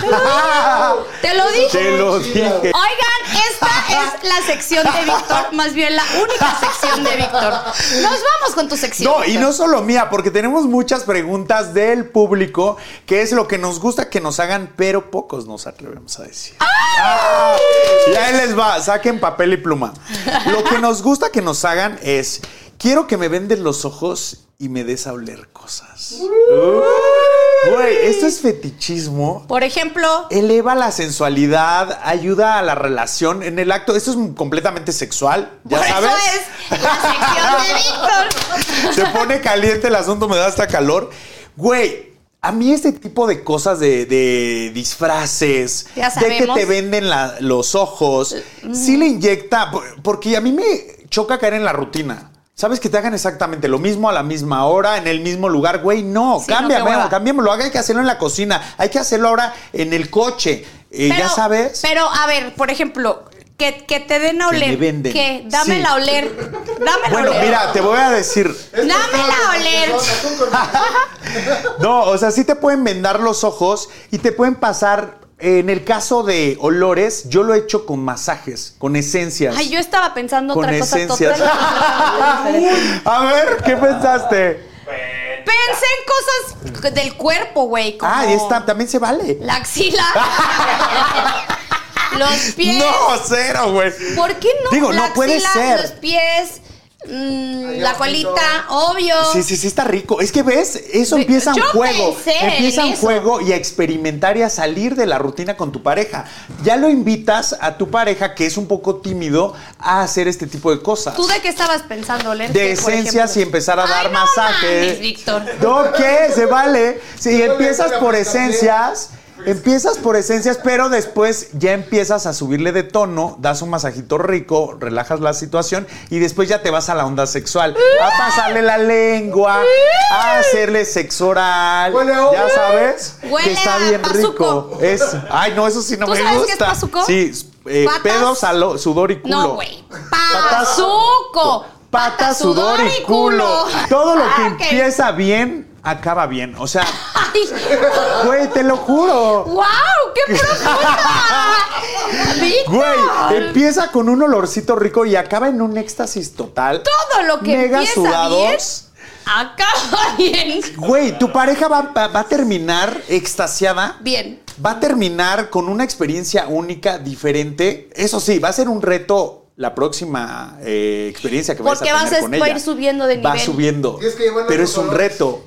[SPEAKER 1] Te lo dije. Te lo dije.
[SPEAKER 2] Te lo dije.
[SPEAKER 1] Oigan, esta es la sección de Víctor, más bien la única sección de Víctor. Nos vamos con tu sección.
[SPEAKER 2] No, y no solo mía, porque tenemos muchas preguntas del público, que es lo que nos gusta que nos hagan, pero pocos nos atrevemos a decir. Ah, y ahí les va, saquen papel y pluma. Lo que nos gusta que nos hagan es, quiero que me vendes los ojos y me des a oler cosas. Güey, esto es fetichismo
[SPEAKER 1] Por ejemplo,
[SPEAKER 2] eleva la sensualidad, ayuda a la relación en el acto. Esto es completamente sexual, ya
[SPEAKER 1] por
[SPEAKER 2] sabes.
[SPEAKER 1] eso es la sección de Víctor.
[SPEAKER 2] Se pone caliente el asunto, me da hasta calor. Güey, a mí este tipo de cosas de, de disfraces,
[SPEAKER 1] Ya
[SPEAKER 2] de que
[SPEAKER 1] sabemos. Eh,
[SPEAKER 2] te venden la- los ojos, sí le inyecta, por- porque a mí me choca caer en la rutina. Sabes que te hagan exactamente lo mismo a la misma hora, en el mismo lugar, güey, no,
[SPEAKER 1] Sí, no,
[SPEAKER 2] cámbiame,
[SPEAKER 1] qué hueva.
[SPEAKER 2] cámbiamelo, hay que hacerlo en la cocina, hay que hacerlo ahora en el coche, eh, ya
[SPEAKER 1] Pero-
[SPEAKER 2] sabes.
[SPEAKER 1] Pero, a ver, por ejemplo, que, que te den a
[SPEAKER 2] Que me
[SPEAKER 1] oler.
[SPEAKER 2] venden.
[SPEAKER 1] Que dámela
[SPEAKER 2] Sí.
[SPEAKER 1] a oler. Dámela
[SPEAKER 2] bueno,
[SPEAKER 1] a oler.
[SPEAKER 2] mira, te voy a decir,
[SPEAKER 1] Dámela a oler.
[SPEAKER 2] No, o sea, sí te pueden vendar los ojos y te pueden pasar eh, En el caso de olores, yo lo he hecho con masajes, con esencias.
[SPEAKER 1] Ay, yo estaba pensando
[SPEAKER 2] con
[SPEAKER 1] otra cosa
[SPEAKER 2] esencias.
[SPEAKER 1] totalmente diferente.
[SPEAKER 2] A ver, ¿qué pensaste?
[SPEAKER 1] Pensé en cosas del cuerpo, güey. como
[SPEAKER 2] Ah, y esta también se vale.
[SPEAKER 1] La axila. los pies.
[SPEAKER 2] No, cero, güey.
[SPEAKER 1] ¿Por qué no?
[SPEAKER 2] Digo,
[SPEAKER 1] la
[SPEAKER 2] no puede
[SPEAKER 1] axila,
[SPEAKER 2] ser.
[SPEAKER 1] Los pies, mm,
[SPEAKER 3] Ay,
[SPEAKER 1] la
[SPEAKER 3] ojito.
[SPEAKER 1] colita, obvio.
[SPEAKER 2] Sí, sí, sí, está rico. Es que ves, eso
[SPEAKER 1] Ve-
[SPEAKER 2] empieza un
[SPEAKER 1] yo
[SPEAKER 2] juego.
[SPEAKER 1] pensé en
[SPEAKER 2] Empieza un
[SPEAKER 1] eso.
[SPEAKER 2] juego y a experimentar y a salir de la rutina con tu pareja. Ya lo invitas a tu pareja, que es un poco tímido, a hacer este tipo de cosas.
[SPEAKER 1] ¿Tú de qué estabas pensando, Len?
[SPEAKER 2] de esencias y empezar a dar masajes.
[SPEAKER 1] Víctor.
[SPEAKER 2] No, ¿qué? Se vale. Si
[SPEAKER 3] Yo
[SPEAKER 2] empiezas
[SPEAKER 3] le doy la Pues,
[SPEAKER 2] por
[SPEAKER 3] fantasía.
[SPEAKER 2] esencias, empiezas por esencias, pero después ya empiezas a subirle de tono, das un masajito rico, relajas la situación y después ya te vas a la onda sexual. A pasarle la lengua, a hacerle sexo oral.
[SPEAKER 3] Huele a
[SPEAKER 2] Ya
[SPEAKER 3] ovo.
[SPEAKER 2] sabes que
[SPEAKER 1] Huele
[SPEAKER 2] está
[SPEAKER 1] a
[SPEAKER 2] bien
[SPEAKER 1] pazuco.
[SPEAKER 2] rico. Es, ay, no, eso sí no
[SPEAKER 1] ¿Tú
[SPEAKER 2] me
[SPEAKER 1] sabes qué es
[SPEAKER 2] gusta.
[SPEAKER 1] pazuco?
[SPEAKER 2] Sí, eh,
[SPEAKER 1] Patas.
[SPEAKER 2] pedo, salo- sudor y culo.
[SPEAKER 1] No, güey. Pazuco.
[SPEAKER 2] Pata, sudor y culo. Todo lo que
[SPEAKER 1] Ah, ok.
[SPEAKER 2] empieza bien, acaba bien. O sea,
[SPEAKER 1] Ay.
[SPEAKER 2] güey, te lo juro.
[SPEAKER 1] ¡Wow! ¡Qué profunda! Víctor,
[SPEAKER 2] Güey, empieza con un olorcito rico y acaba en un éxtasis total.
[SPEAKER 1] Todo lo que
[SPEAKER 2] Mega
[SPEAKER 1] empieza
[SPEAKER 2] sudados.
[SPEAKER 1] bien, acaba bien.
[SPEAKER 2] Güey, tu pareja va, va- va a terminar extasiada.
[SPEAKER 1] Bien.
[SPEAKER 2] Va a terminar con una experiencia única, diferente. Eso sí, va a ser un reto la próxima eh, experiencia que vayas a
[SPEAKER 1] Porque
[SPEAKER 2] tener
[SPEAKER 1] vas a-
[SPEAKER 2] con
[SPEAKER 1] va a
[SPEAKER 2] ella.
[SPEAKER 1] ir subiendo de
[SPEAKER 2] Va
[SPEAKER 1] nivel.
[SPEAKER 2] subiendo.
[SPEAKER 3] Tienes que llevarlo
[SPEAKER 2] Pero
[SPEAKER 3] a
[SPEAKER 2] es un
[SPEAKER 3] jugadores.
[SPEAKER 2] reto.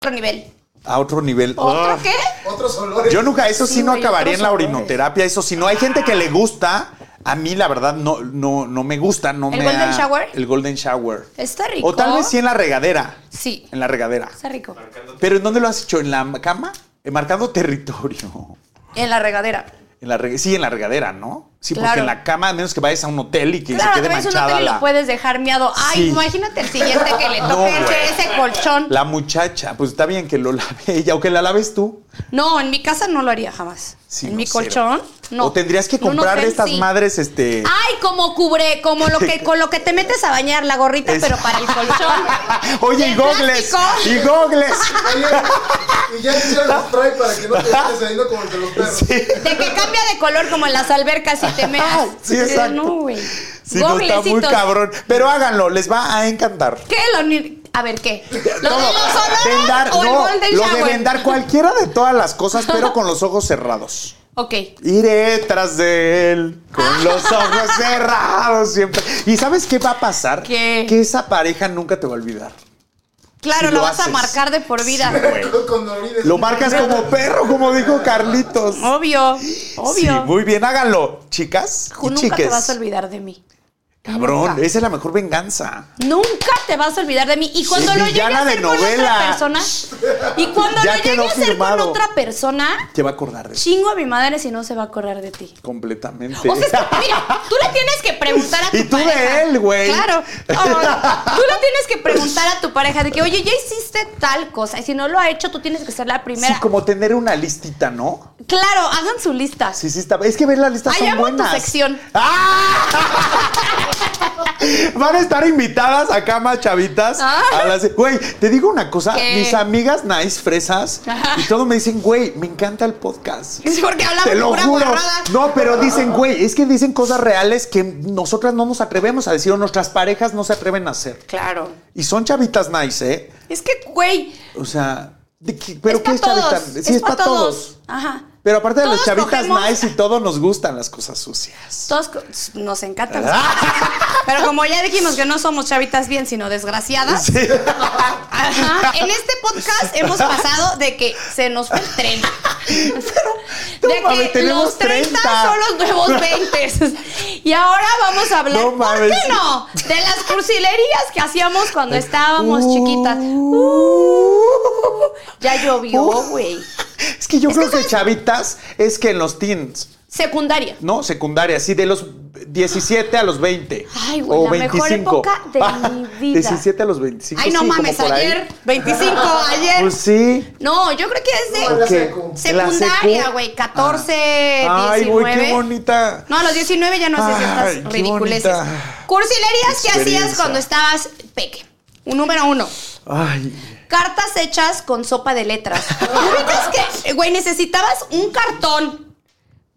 [SPEAKER 1] a otro nivel.
[SPEAKER 2] A otro nivel.
[SPEAKER 1] ¿Otro
[SPEAKER 2] Ah.
[SPEAKER 1] qué?
[SPEAKER 3] Otros olores.
[SPEAKER 2] Yo nunca, eso sí no
[SPEAKER 1] Güey,
[SPEAKER 2] acabaría en la
[SPEAKER 1] otros
[SPEAKER 2] orinoterapia, eso sí no. Hay gente que le gusta, a mí la verdad no, no, no me gusta, no
[SPEAKER 1] ¿El
[SPEAKER 2] me
[SPEAKER 1] golden
[SPEAKER 2] ha-
[SPEAKER 1] shower?
[SPEAKER 2] El golden shower.
[SPEAKER 1] Está rico.
[SPEAKER 2] O tal vez sí en la regadera,
[SPEAKER 1] Sí.
[SPEAKER 2] en la regadera.
[SPEAKER 1] Está rico.
[SPEAKER 2] Pero ¿en dónde lo has hecho? ¿En la cama? Eh, Marcando territorio.
[SPEAKER 1] En la regadera.
[SPEAKER 2] En la reg- sí, en la regadera, ¿no? Sí, porque
[SPEAKER 1] Claro.
[SPEAKER 2] en la cama, a menos que vayas a un hotel y que
[SPEAKER 1] Claro,
[SPEAKER 2] se
[SPEAKER 1] te
[SPEAKER 2] quede
[SPEAKER 1] ves un
[SPEAKER 2] manchada
[SPEAKER 1] hotel y
[SPEAKER 2] la,
[SPEAKER 1] lo puedes dejar miado. Ay,
[SPEAKER 2] Sí.
[SPEAKER 1] imagínate el siguiente que le
[SPEAKER 2] No,
[SPEAKER 1] toque
[SPEAKER 2] güey.
[SPEAKER 1] ese colchón.
[SPEAKER 2] la muchacha. Pues está bien que lo lave ella o que la laves tú.
[SPEAKER 1] No, en mi casa no lo haría jamás.
[SPEAKER 2] Sí,
[SPEAKER 1] en
[SPEAKER 2] no,
[SPEAKER 1] mi
[SPEAKER 2] cero.
[SPEAKER 1] colchón, no.
[SPEAKER 2] O tendrías que
[SPEAKER 1] En un
[SPEAKER 2] comprar de
[SPEAKER 1] hotel,
[SPEAKER 2] estas
[SPEAKER 1] sí. Ah,
[SPEAKER 2] madres, este...
[SPEAKER 1] Ay, como cubre, como lo que con lo que te metes a bañar la gorrita,
[SPEAKER 2] Es-
[SPEAKER 1] pero para el colchón.
[SPEAKER 2] Oye,
[SPEAKER 1] De
[SPEAKER 2] y gogles.
[SPEAKER 1] plástico.
[SPEAKER 2] Y gogles.
[SPEAKER 3] Oye, y ya hicieron los spray para que no te estés saliendo como entre los perros.
[SPEAKER 2] Sí.
[SPEAKER 1] De que cambia de color como en las albercas y te meas.
[SPEAKER 2] Sí, exacto.
[SPEAKER 1] No, güey.
[SPEAKER 2] Sí, no, está muy
[SPEAKER 1] Goglecitos.
[SPEAKER 2] cabrón. Pero háganlo, les va a encantar.
[SPEAKER 1] ¿Qué? Lo ni- A ver, ¿qué? ¿Lo de los
[SPEAKER 2] Todo.
[SPEAKER 1] olores
[SPEAKER 2] Vendar,
[SPEAKER 1] o el
[SPEAKER 2] no,
[SPEAKER 1] golden
[SPEAKER 2] lo de
[SPEAKER 1] shower?
[SPEAKER 2] vendar cualquiera de todas las cosas, pero con los ojos cerrados.
[SPEAKER 1] Ok.
[SPEAKER 2] Iré tras de él con los ojos cerrados siempre. ¿Y sabes qué va a pasar?
[SPEAKER 1] ¿Qué?
[SPEAKER 2] Que esa pareja nunca te va a olvidar.
[SPEAKER 1] Claro,
[SPEAKER 2] Si
[SPEAKER 1] lo,
[SPEAKER 2] lo
[SPEAKER 1] vas
[SPEAKER 2] haces.
[SPEAKER 1] a marcar de por vida.
[SPEAKER 3] Con- Con orines.
[SPEAKER 2] Lo marcas como perro, como dijo Carlitos.
[SPEAKER 1] Obvio,
[SPEAKER 2] Sí,
[SPEAKER 1] obvio.
[SPEAKER 2] muy bien, háganlo, chicas
[SPEAKER 1] Ju-
[SPEAKER 2] y
[SPEAKER 1] Nunca
[SPEAKER 2] chiques.
[SPEAKER 1] te vas a olvidar de mí.
[SPEAKER 2] Cabrón,
[SPEAKER 1] Nunca.
[SPEAKER 2] esa es la mejor venganza.
[SPEAKER 1] Nunca te vas a olvidar de mí. Y cuando
[SPEAKER 2] Sí,
[SPEAKER 1] lo llegue
[SPEAKER 2] villana
[SPEAKER 1] a
[SPEAKER 2] de
[SPEAKER 1] hacer con otra
[SPEAKER 2] novela.
[SPEAKER 1] persona, y cuando
[SPEAKER 2] Ya
[SPEAKER 1] lo
[SPEAKER 2] quedó
[SPEAKER 1] llegue a hacer con
[SPEAKER 2] firmado.
[SPEAKER 1] otra persona,
[SPEAKER 2] Te va a acordar de eso.
[SPEAKER 1] chingo a mi madre si no se va a acordar de ti.
[SPEAKER 2] Completamente.
[SPEAKER 1] O sea, es que, mira, tú le tienes que preguntar a tu
[SPEAKER 2] Y tú de
[SPEAKER 1] pareja.
[SPEAKER 2] él, güey.
[SPEAKER 1] Claro. Oh, tú le tienes que preguntar a tu pareja de que, oye, ya hiciste tal cosa. Y si no lo ha hecho, tú tienes que ser la primera.
[SPEAKER 2] Sí, como tener una listita, ¿no?
[SPEAKER 1] Claro, hagan su lista.
[SPEAKER 2] Sí, sí, está. Es que ver las listas
[SPEAKER 1] Ay,
[SPEAKER 2] son
[SPEAKER 1] amo tu
[SPEAKER 2] buenas.
[SPEAKER 1] sección.
[SPEAKER 2] ¡Ah! Van a estar invitadas acá más chavitas.
[SPEAKER 1] Ah.
[SPEAKER 2] a las- Güey, te digo una cosa.
[SPEAKER 1] ¿Qué?
[SPEAKER 2] Mis amigas nice fresas y todo me dicen, güey, me encanta el podcast.
[SPEAKER 1] Es porque hablamos
[SPEAKER 2] Te lo
[SPEAKER 1] pura
[SPEAKER 2] juro.
[SPEAKER 1] borrada.
[SPEAKER 2] No, pero dicen, güey, es que dicen cosas reales que nosotras no nos atrevemos a decir o nuestras parejas no se atreven a hacer.
[SPEAKER 1] Claro.
[SPEAKER 2] Y son chavitas nice, ¿eh?
[SPEAKER 1] Es que, güey,
[SPEAKER 2] O sea, ¿de qué- ¿pero
[SPEAKER 1] es
[SPEAKER 2] qué
[SPEAKER 1] para
[SPEAKER 2] es chavita?
[SPEAKER 1] todos.
[SPEAKER 2] Sí, es, para todos.
[SPEAKER 1] Ajá.
[SPEAKER 2] Pero aparte de las
[SPEAKER 1] Todos
[SPEAKER 2] chavitas
[SPEAKER 1] cogemos-
[SPEAKER 2] nice y todo, nos gustan las cosas sucias.
[SPEAKER 1] Todos co- nos encantan. los chavitas. Pero como ya dijimos que no somos chavitas bien, sino desgraciadas.
[SPEAKER 2] Sí.
[SPEAKER 1] Ajá. En este podcast hemos pasado de que se nos fue el tren.
[SPEAKER 2] no
[SPEAKER 1] de
[SPEAKER 2] mames,
[SPEAKER 1] que
[SPEAKER 2] tenemos
[SPEAKER 1] los 30,
[SPEAKER 2] 30.
[SPEAKER 1] son los nuevos 20. Y ahora vamos a hablar,
[SPEAKER 2] No
[SPEAKER 1] ¿por
[SPEAKER 2] mames.
[SPEAKER 1] qué no? De las cursilerías que hacíamos cuando estábamos
[SPEAKER 2] Uh.
[SPEAKER 1] chiquitas. Ya llovió,
[SPEAKER 2] Uh.
[SPEAKER 1] güey.
[SPEAKER 2] Es que yo
[SPEAKER 1] Es que
[SPEAKER 2] creo que, chavitas es que en los teens,
[SPEAKER 1] Secundaria.
[SPEAKER 2] ¿no? Secundaria, sí, de los 17 a los 20.
[SPEAKER 1] Ay, güey,
[SPEAKER 2] o
[SPEAKER 1] la mejor
[SPEAKER 2] 25.
[SPEAKER 1] época de mi vida.
[SPEAKER 2] 17 a los 25.
[SPEAKER 1] Ay, no
[SPEAKER 2] sí, como
[SPEAKER 1] mames,
[SPEAKER 2] por ahí.
[SPEAKER 1] ayer, 25, ayer.
[SPEAKER 2] Pues sí.
[SPEAKER 1] no, yo creo que es de
[SPEAKER 3] No, la
[SPEAKER 2] ok.
[SPEAKER 3] secu.
[SPEAKER 1] secundaria,
[SPEAKER 2] secu.
[SPEAKER 1] güey, 14,
[SPEAKER 2] Ah. Ay, güey,
[SPEAKER 1] 19.
[SPEAKER 2] qué bonita.
[SPEAKER 1] No, a los 19 ya no haces
[SPEAKER 2] Ay,
[SPEAKER 1] estas
[SPEAKER 2] qué
[SPEAKER 1] ridiculeces.
[SPEAKER 2] bonita
[SPEAKER 1] Cursilerías que hacías
[SPEAKER 2] experiencia.
[SPEAKER 1] cuando estabas peque. Un número uno.
[SPEAKER 2] Ay,
[SPEAKER 1] Cartas hechas con sopa de letras. ¿Ubicas que, güey, necesitabas un cartón?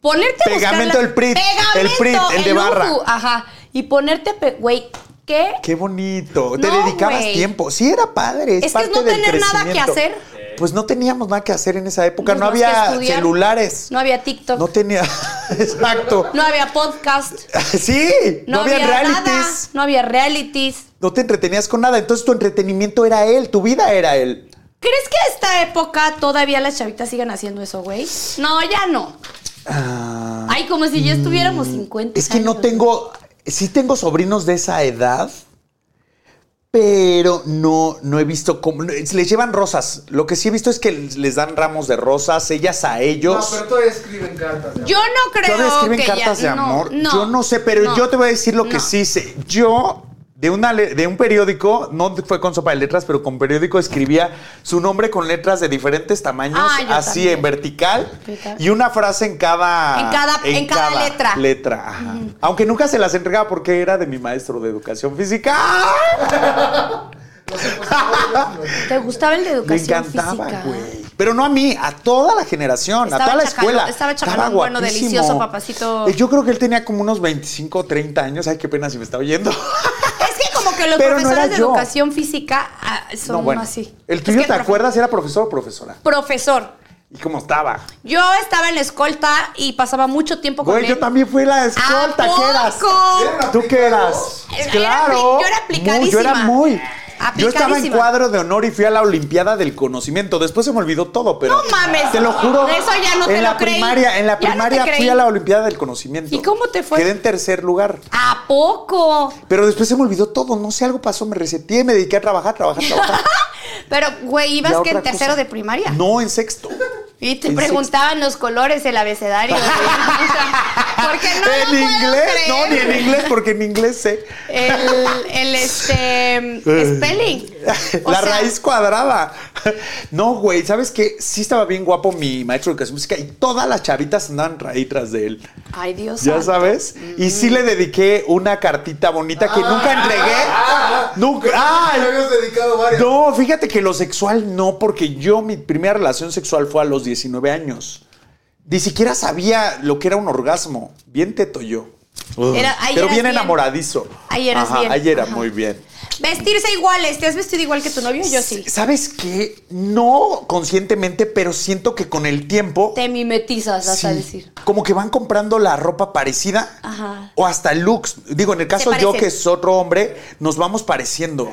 [SPEAKER 1] Ponerte a
[SPEAKER 2] Pegamento,
[SPEAKER 1] buscarla-
[SPEAKER 2] el print,
[SPEAKER 1] Pegamento,
[SPEAKER 2] el print, el de barra.
[SPEAKER 1] uju, Ajá. Y ponerte, a pe- güey, ¿qué?
[SPEAKER 2] qué bonito. Te
[SPEAKER 1] No,
[SPEAKER 2] dedicabas
[SPEAKER 1] güey.
[SPEAKER 2] tiempo. Sí, era padre. Es,
[SPEAKER 1] Es que es
[SPEAKER 2] parte
[SPEAKER 1] no
[SPEAKER 2] del
[SPEAKER 1] tener nada que
[SPEAKER 2] crecimiento.
[SPEAKER 1] hacer.
[SPEAKER 2] Pues no teníamos nada que hacer en esa época.
[SPEAKER 1] Pues
[SPEAKER 2] no
[SPEAKER 1] más que
[SPEAKER 2] había
[SPEAKER 1] estudiar.
[SPEAKER 2] celulares.
[SPEAKER 1] No había TikTok.
[SPEAKER 2] No tenía. Exacto.
[SPEAKER 1] No había podcast.
[SPEAKER 2] Sí, no,
[SPEAKER 1] No,
[SPEAKER 2] había, realities.
[SPEAKER 1] nada. No había realities.
[SPEAKER 2] No te entretenías con nada. Entonces tu entretenimiento era él, tu vida era él.
[SPEAKER 1] ¿Crees que a esta época todavía las chavitas sigan haciendo eso, güey? No, ya no.
[SPEAKER 2] Ah,
[SPEAKER 1] Ay, como si ya estuviéramos 50.
[SPEAKER 2] es que no
[SPEAKER 1] años.
[SPEAKER 2] tengo. Sí tengo sobrinos de esa edad, pero no, no he visto cómo. Les llevan rosas. Lo que sí he visto es que les dan ramos de rosas, ellas a
[SPEAKER 3] No,
[SPEAKER 2] ellos.
[SPEAKER 3] pero todavía escriben cartas. ya.
[SPEAKER 1] Yo no creo
[SPEAKER 2] Todavía escriben
[SPEAKER 1] que
[SPEAKER 2] cartas
[SPEAKER 1] ya-
[SPEAKER 2] de
[SPEAKER 1] no,
[SPEAKER 2] amor.
[SPEAKER 1] no,
[SPEAKER 2] yo no sé, pero
[SPEAKER 1] no,
[SPEAKER 2] yo te voy a decir lo que
[SPEAKER 1] no.
[SPEAKER 2] sí sé. Yo, de, una, le- de un periódico, no fue con sopa de letras, pero con periódico escribía su nombre con letras de diferentes tamaños,
[SPEAKER 1] Ah, yo
[SPEAKER 2] así
[SPEAKER 1] también.
[SPEAKER 2] en vertical,
[SPEAKER 1] Yo también.
[SPEAKER 2] y una frase en cada.
[SPEAKER 1] En cada- en cada letra.
[SPEAKER 2] letra, ajá. Aunque nunca se las entregaba porque era de mi maestro de educación física.
[SPEAKER 3] pues,
[SPEAKER 1] ¿Te gustaba el de
[SPEAKER 2] Me
[SPEAKER 1] educación
[SPEAKER 2] encantaba,
[SPEAKER 1] física?
[SPEAKER 2] güey. Pero no a mí, a toda la generación, a
[SPEAKER 1] Estaba
[SPEAKER 2] toda la
[SPEAKER 1] chacalón,
[SPEAKER 2] escuela.
[SPEAKER 1] estaba chacalón, bueno,
[SPEAKER 2] guapísimo.
[SPEAKER 1] delicioso, papacito.
[SPEAKER 2] Eh, Yo creo que él tenía como unos 25 o 30 años. Ay, qué pena si me está oyendo.
[SPEAKER 1] Es que como que los
[SPEAKER 2] Pero no
[SPEAKER 1] profesores
[SPEAKER 2] era
[SPEAKER 1] de
[SPEAKER 2] yo.
[SPEAKER 1] educación física ah, son así.
[SPEAKER 2] El
[SPEAKER 1] Es
[SPEAKER 2] tuyo,
[SPEAKER 1] que
[SPEAKER 2] ¿te
[SPEAKER 1] profe-
[SPEAKER 2] acuerdas? ¿Era profesor o profesora?
[SPEAKER 1] Profesor.
[SPEAKER 2] ¿Y cómo estaba?
[SPEAKER 1] Yo estaba en la escolta y pasaba mucho tiempo con
[SPEAKER 2] Güey,
[SPEAKER 1] él.
[SPEAKER 2] yo también fui la escolta. ¿Qué eras?
[SPEAKER 1] poco?
[SPEAKER 2] ¿Tú qué eras?
[SPEAKER 1] Era- era
[SPEAKER 2] claro.
[SPEAKER 1] apli- yo era aplicadísima.
[SPEAKER 2] Muy, yo era muy. Yo estaba en
[SPEAKER 1] Aplicadísima.
[SPEAKER 2] cuadro de honor y fui a la Olimpiada del Conocimiento. Después se me olvidó todo, pero.
[SPEAKER 1] No mames.
[SPEAKER 2] Te lo juro.
[SPEAKER 1] Eso ya no
[SPEAKER 2] en
[SPEAKER 1] te
[SPEAKER 2] la
[SPEAKER 1] lo creí.
[SPEAKER 2] Primaria, en la
[SPEAKER 1] Ya no te
[SPEAKER 2] primaria fui
[SPEAKER 1] creí.
[SPEAKER 2] a la Olimpiada del Conocimiento.
[SPEAKER 1] ¿Y cómo te fue?
[SPEAKER 2] Quedé en tercer lugar.
[SPEAKER 1] ¿A poco?
[SPEAKER 2] Pero después se me olvidó todo. No sé, algo pasó. Me reseteé y me dediqué a trabajar, trabajar, trabajar.
[SPEAKER 1] Pero, güey,
[SPEAKER 2] Y
[SPEAKER 1] ibas
[SPEAKER 2] a
[SPEAKER 1] que en
[SPEAKER 2] otra
[SPEAKER 1] tercero
[SPEAKER 2] cosa.
[SPEAKER 1] de primaria.
[SPEAKER 2] No, en sexto.
[SPEAKER 1] Y te
[SPEAKER 2] en
[SPEAKER 1] preguntaban los colores, el abecedario. güey. O sea, Porque no
[SPEAKER 2] en
[SPEAKER 1] lo puedo
[SPEAKER 2] inglés,
[SPEAKER 1] creer.
[SPEAKER 2] no, ni en inglés, porque en inglés sé.
[SPEAKER 1] El, el este. Spelling. O
[SPEAKER 2] La
[SPEAKER 1] sea,
[SPEAKER 2] raíz cuadrada. No, güey, ¿sabes qué? Sí estaba bien guapo mi maestro de educación física y todas las chavitas andaban ahí tras de él.
[SPEAKER 1] Ay, Dios.
[SPEAKER 2] Ya
[SPEAKER 1] santo. Mm.
[SPEAKER 2] sabes. Y sí le dediqué una cartita bonita que
[SPEAKER 1] Ah.
[SPEAKER 2] nunca entregué. nunca.
[SPEAKER 3] Ay, me
[SPEAKER 2] ¡Ay!
[SPEAKER 3] habías dedicado varias.
[SPEAKER 2] Ah, No, fíjate que lo sexual no, porque yo mi primera relación sexual fue a los 19 años. Ni siquiera sabía lo que era un orgasmo. Bien teto yo.
[SPEAKER 1] Era- ahí
[SPEAKER 2] Pero
[SPEAKER 1] eras bien.
[SPEAKER 2] bien enamoradizo.
[SPEAKER 1] Ahí eras
[SPEAKER 2] Ajá,
[SPEAKER 1] bien.
[SPEAKER 2] Ahí era
[SPEAKER 1] Ajá.
[SPEAKER 2] muy bien.
[SPEAKER 1] Vestirse iguales. ¿Te has vestido igual que tu novio? Yo sí.
[SPEAKER 2] ¿Sabes qué? No conscientemente, pero siento que con el tiempo.
[SPEAKER 1] Te mimetizas, vas a
[SPEAKER 2] sí,
[SPEAKER 1] decir.
[SPEAKER 2] Como que van comprando la ropa parecida.
[SPEAKER 1] Ajá.
[SPEAKER 2] O hasta looks. Digo, en el caso
[SPEAKER 1] Se
[SPEAKER 2] yo,
[SPEAKER 1] parecen.
[SPEAKER 2] que es otro hombre, nos vamos pareciendo.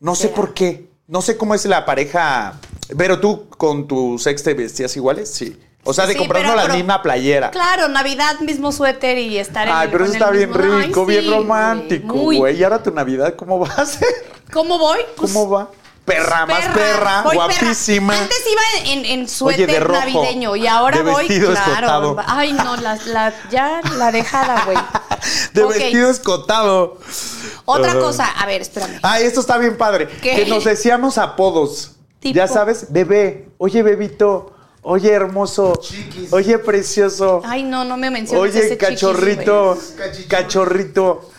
[SPEAKER 2] No sé
[SPEAKER 1] ¿Será?
[SPEAKER 2] por qué. No sé cómo es la pareja. Pero tú con tus ex te vestías iguales, sí. O sea, de
[SPEAKER 1] Sí,
[SPEAKER 2] comprarnos
[SPEAKER 1] pero
[SPEAKER 2] la
[SPEAKER 1] apro-
[SPEAKER 2] misma playera.
[SPEAKER 1] Claro, Navidad, mismo suéter y estar en
[SPEAKER 2] Ay,
[SPEAKER 1] el-
[SPEAKER 2] pero eso
[SPEAKER 1] con
[SPEAKER 2] está
[SPEAKER 1] el
[SPEAKER 2] bien
[SPEAKER 1] mismo- Ay,
[SPEAKER 2] rico, bien
[SPEAKER 1] sí, güey,
[SPEAKER 2] romántico,
[SPEAKER 1] muy.
[SPEAKER 2] güey. Y ahora tu Navidad, ¿cómo va a ser?
[SPEAKER 1] ¿Cómo voy? Pues,
[SPEAKER 2] ¿Cómo va? Perra, más perra,
[SPEAKER 1] voy
[SPEAKER 2] guapísima.
[SPEAKER 1] Antes iba en, en- en suéter
[SPEAKER 2] de rojo,
[SPEAKER 1] navideño y ahora
[SPEAKER 2] de
[SPEAKER 1] voy,
[SPEAKER 2] vestido
[SPEAKER 1] claro.
[SPEAKER 2] escotado.
[SPEAKER 1] Ay, no, la, la- ya la dejada, güey.
[SPEAKER 2] De
[SPEAKER 1] Ok,
[SPEAKER 2] vestido escotado.
[SPEAKER 1] Otra
[SPEAKER 2] Ajá.
[SPEAKER 1] cosa, a ver, espérame.
[SPEAKER 2] Ay, esto está bien padre.
[SPEAKER 1] ¿Qué?
[SPEAKER 2] Que nos decíamos apodos.
[SPEAKER 1] Tipo.
[SPEAKER 2] Ya sabes, bebé, oye, bebito, oye, hermoso,
[SPEAKER 3] Chiquis.
[SPEAKER 2] oye, precioso,
[SPEAKER 1] Ay, no, no me menciones ese
[SPEAKER 2] oye,
[SPEAKER 1] chiquis,
[SPEAKER 2] cachorrito,
[SPEAKER 1] güey.
[SPEAKER 3] güey.
[SPEAKER 2] cachorrito.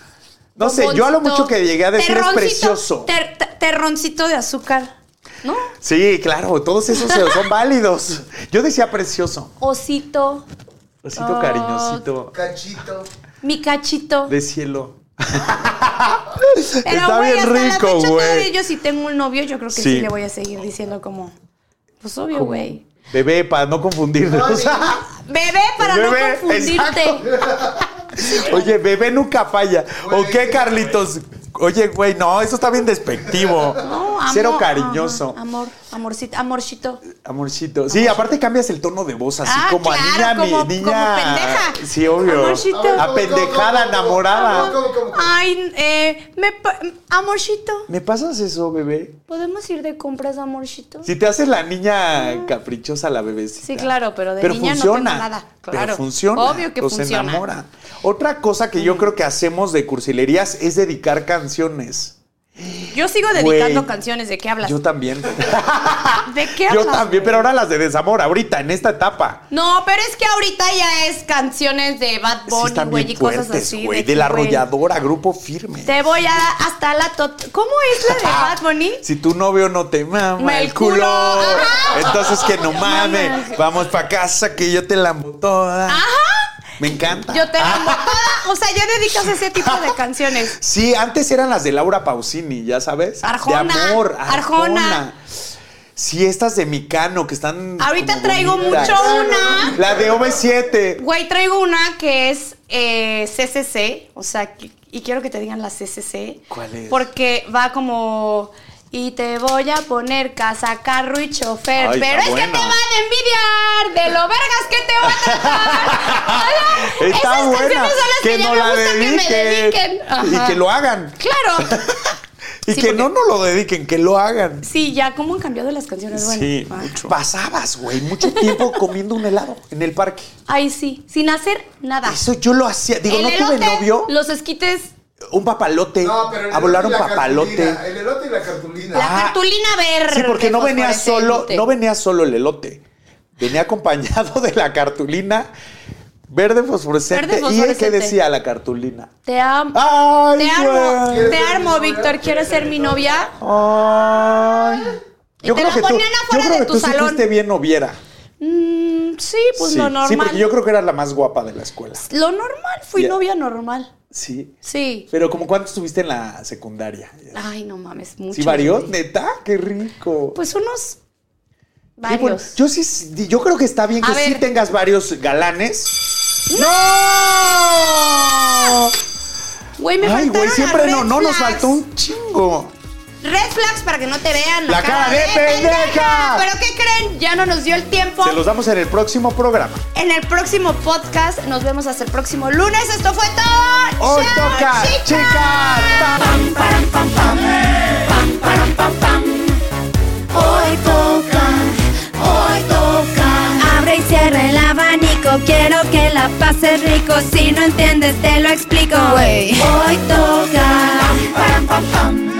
[SPEAKER 2] No sé, yo a lo
[SPEAKER 1] Bomboncito,
[SPEAKER 2] mucho que llegué a decir es
[SPEAKER 1] terroncito,
[SPEAKER 2] precioso.
[SPEAKER 1] ter- ter- terroncito de azúcar, ¿no?
[SPEAKER 2] Sí, claro, todos esos son válidos. Yo decía precioso.
[SPEAKER 1] Osito, Ah.
[SPEAKER 2] Osito cariñosito
[SPEAKER 3] Cachito.
[SPEAKER 1] mi cachito.
[SPEAKER 2] de cielo.
[SPEAKER 1] Pero,
[SPEAKER 2] Está
[SPEAKER 1] güey,
[SPEAKER 2] bien
[SPEAKER 1] hasta la
[SPEAKER 2] rico,
[SPEAKER 1] fecha todavía
[SPEAKER 2] güey.
[SPEAKER 1] Yo si tengo un novio, yo creo que sí,
[SPEAKER 2] Sí.
[SPEAKER 1] le voy a seguir diciendo como, pues obvio,
[SPEAKER 2] Como-
[SPEAKER 1] güey.
[SPEAKER 2] Bebé, para no confundirnos.
[SPEAKER 1] Bebé, para
[SPEAKER 2] Bebé,
[SPEAKER 1] no confundirte.
[SPEAKER 2] Oye, bebé nunca falla. ¿O qué, Carlitos? Oye, güey, no, eso está bien despectivo.
[SPEAKER 1] No, amor,
[SPEAKER 2] Cero cariñoso.
[SPEAKER 1] ajá, Amor, amorcito, amorcito.
[SPEAKER 2] Amorcito. Sí, aparte cambias el tono de voz así
[SPEAKER 1] Ah,
[SPEAKER 2] como a niña,
[SPEAKER 1] claro,
[SPEAKER 2] mi-
[SPEAKER 1] como-
[SPEAKER 2] niña.
[SPEAKER 1] como pendeja.
[SPEAKER 2] Sí, obvio.
[SPEAKER 1] Amorcito.
[SPEAKER 2] A pendejada enamorada.
[SPEAKER 3] ¿Cómo, cómo, cómo?
[SPEAKER 1] Ay, eh, me pa- amorcito,
[SPEAKER 2] ¿Me pasas eso, bebé?
[SPEAKER 1] ¿podemos ir de compras, amorcito?
[SPEAKER 2] Si te haces la niña caprichosa, la bebecita.
[SPEAKER 1] Ah. Sí, claro, pero de niña no
[SPEAKER 2] funciona,
[SPEAKER 1] tengo nada.
[SPEAKER 2] Pero
[SPEAKER 1] Claro.
[SPEAKER 2] funciona.
[SPEAKER 1] Obvio que
[SPEAKER 2] los
[SPEAKER 1] funciona. Mm.
[SPEAKER 2] enamora. Otra cosa que yo creo que hacemos de cursilerías es dedicar canciones.
[SPEAKER 1] Yo sigo dedicando
[SPEAKER 2] Güey.
[SPEAKER 1] canciones, ¿de qué hablas? Ah,
[SPEAKER 2] Yo también.
[SPEAKER 1] ¿De qué
[SPEAKER 2] Yo
[SPEAKER 1] hablas?
[SPEAKER 2] también,
[SPEAKER 1] güey?
[SPEAKER 2] pero ahora las de desamor, ahorita, en esta etapa.
[SPEAKER 1] No, pero es que ahorita ya es canciones de Bad
[SPEAKER 2] Sí,
[SPEAKER 1] Bunny,
[SPEAKER 2] están
[SPEAKER 1] güey,
[SPEAKER 2] bien
[SPEAKER 1] y cosas
[SPEAKER 2] fuertes,
[SPEAKER 1] así.
[SPEAKER 2] güey.
[SPEAKER 1] que,
[SPEAKER 2] De la
[SPEAKER 1] güey,
[SPEAKER 2] arrolladora, grupo firme.
[SPEAKER 1] Te voy a hasta la tot... ¿Cómo es la de
[SPEAKER 2] Ah.
[SPEAKER 1] Bad Bunny?
[SPEAKER 2] Si tu novio no te mama
[SPEAKER 1] Ma
[SPEAKER 2] el
[SPEAKER 1] el
[SPEAKER 2] culo,
[SPEAKER 1] culo. Ajá.
[SPEAKER 2] entonces que no mames.
[SPEAKER 1] mames.
[SPEAKER 2] Vamos pa' casa que yo te la amo toda.
[SPEAKER 1] Ajá.
[SPEAKER 2] Me encanta.
[SPEAKER 1] Yo te amo toda. O sea, ya dedicas ese tipo de canciones.
[SPEAKER 2] Sí, antes eran las de Laura Pausini, ya sabes.
[SPEAKER 1] Arjona,
[SPEAKER 2] De amor. Arjona.
[SPEAKER 1] Arjona.
[SPEAKER 2] Sí, estas de Micano que están.
[SPEAKER 1] Ahorita
[SPEAKER 2] como
[SPEAKER 1] traigo
[SPEAKER 2] bonitas.
[SPEAKER 1] mucho una.
[SPEAKER 2] La de OV7.
[SPEAKER 1] Güey, traigo una que es eh, CCC, o sea, que- y quiero que te digan la CCC.
[SPEAKER 2] ¿Cuál es?
[SPEAKER 1] Porque va como, y te voy a poner casa, carro y chofer,
[SPEAKER 2] Ay,
[SPEAKER 1] pero
[SPEAKER 2] está
[SPEAKER 1] es
[SPEAKER 2] buena.
[SPEAKER 1] que te van a envidiar de lo vergas que te van a tratar.
[SPEAKER 2] Está
[SPEAKER 1] Esas
[SPEAKER 2] buena.
[SPEAKER 1] canciones son las que, ya
[SPEAKER 2] no
[SPEAKER 1] me
[SPEAKER 2] la
[SPEAKER 1] gusta que me dediquen.
[SPEAKER 2] Y
[SPEAKER 1] Ajá.
[SPEAKER 2] que lo hagan.
[SPEAKER 1] Claro.
[SPEAKER 2] Y
[SPEAKER 1] Sí,
[SPEAKER 2] que
[SPEAKER 1] porque-
[SPEAKER 2] no nos lo dediquen, que lo hagan.
[SPEAKER 1] Sí, ya, ¿cómo han cambiado las canciones? Bueno,
[SPEAKER 2] sí,
[SPEAKER 1] va.
[SPEAKER 2] mucho. Pasabas, güey, mucho tiempo comiendo un helado en el parque.
[SPEAKER 1] Ay, sí, sin hacer nada.
[SPEAKER 2] Eso yo lo hacía. Digo,
[SPEAKER 1] Ah. El
[SPEAKER 2] no tuve
[SPEAKER 1] elote,
[SPEAKER 2] novio.
[SPEAKER 1] Los esquites,
[SPEAKER 2] Un papalote.
[SPEAKER 3] No, pero el
[SPEAKER 2] Eh, a volar
[SPEAKER 3] elote
[SPEAKER 2] un
[SPEAKER 3] y la
[SPEAKER 2] papalote.
[SPEAKER 3] cartulina, El elote y la cartulina.
[SPEAKER 1] la
[SPEAKER 2] Ah.
[SPEAKER 1] cartulina verde. pues,
[SPEAKER 2] Sí, porque no venía solo,
[SPEAKER 1] fosforescente.
[SPEAKER 2] no venía solo el elote. Venía acompañado de la cartulina verde fosforescente.
[SPEAKER 1] Verde
[SPEAKER 2] ¿Y qué
[SPEAKER 1] fosforescente.
[SPEAKER 2] decía la cartulina?
[SPEAKER 1] Te amo.
[SPEAKER 2] ¡Ay,
[SPEAKER 1] te armo,
[SPEAKER 2] güey!
[SPEAKER 1] te armo, Víctor. ¿Quieres ser mi novia?
[SPEAKER 2] Ay.
[SPEAKER 1] Y te la ponían afuera
[SPEAKER 2] yo creo
[SPEAKER 1] de
[SPEAKER 2] que
[SPEAKER 1] tu
[SPEAKER 2] tú sí
[SPEAKER 1] salón.
[SPEAKER 2] fuiste bien noviera.
[SPEAKER 1] Mm, sí, pues
[SPEAKER 2] sí.
[SPEAKER 1] lo
[SPEAKER 2] Sí,
[SPEAKER 1] normal.
[SPEAKER 2] porque yo creo que era la más guapa de la escuela.
[SPEAKER 1] Lo normal, fui
[SPEAKER 2] Ya.
[SPEAKER 1] novia normal.
[SPEAKER 2] Sí.
[SPEAKER 1] Sí.
[SPEAKER 2] Pero como cuánto estuviste en la secundaria?
[SPEAKER 1] Ay, no mames, mucho.
[SPEAKER 2] ¿Sí varios? ¿Neta? ¡Qué rico!
[SPEAKER 1] Pues unos
[SPEAKER 2] Qué bueno.
[SPEAKER 1] varios.
[SPEAKER 2] Yo sí, yo creo que está bien
[SPEAKER 1] A
[SPEAKER 2] que sí
[SPEAKER 1] ver.
[SPEAKER 2] tengas varios galanes. ¡No!
[SPEAKER 1] Güey, me
[SPEAKER 2] Ay,
[SPEAKER 1] faltaron
[SPEAKER 2] güey,
[SPEAKER 1] las
[SPEAKER 2] siempre
[SPEAKER 1] red
[SPEAKER 2] no, no nos
[SPEAKER 1] flags.
[SPEAKER 2] faltó un chingo.
[SPEAKER 1] Red flags para que no te vean la,
[SPEAKER 2] La cara de pendeja.
[SPEAKER 1] ¿Pero qué creen? Ya no nos dio el tiempo.
[SPEAKER 2] Se los damos en el próximo programa.
[SPEAKER 1] En el próximo podcast nos vemos hasta el próximo lunes. Esto fue todo.
[SPEAKER 2] Hoy
[SPEAKER 1] ¡Chao,
[SPEAKER 2] toca,
[SPEAKER 1] chicas!
[SPEAKER 2] chicas.
[SPEAKER 4] Hoy toca, hoy toca. Abre y cierra el abanico, quiero que la pases rico. Si no entiendes, te lo explico. Hoy toca. Hoy toca, hoy toca.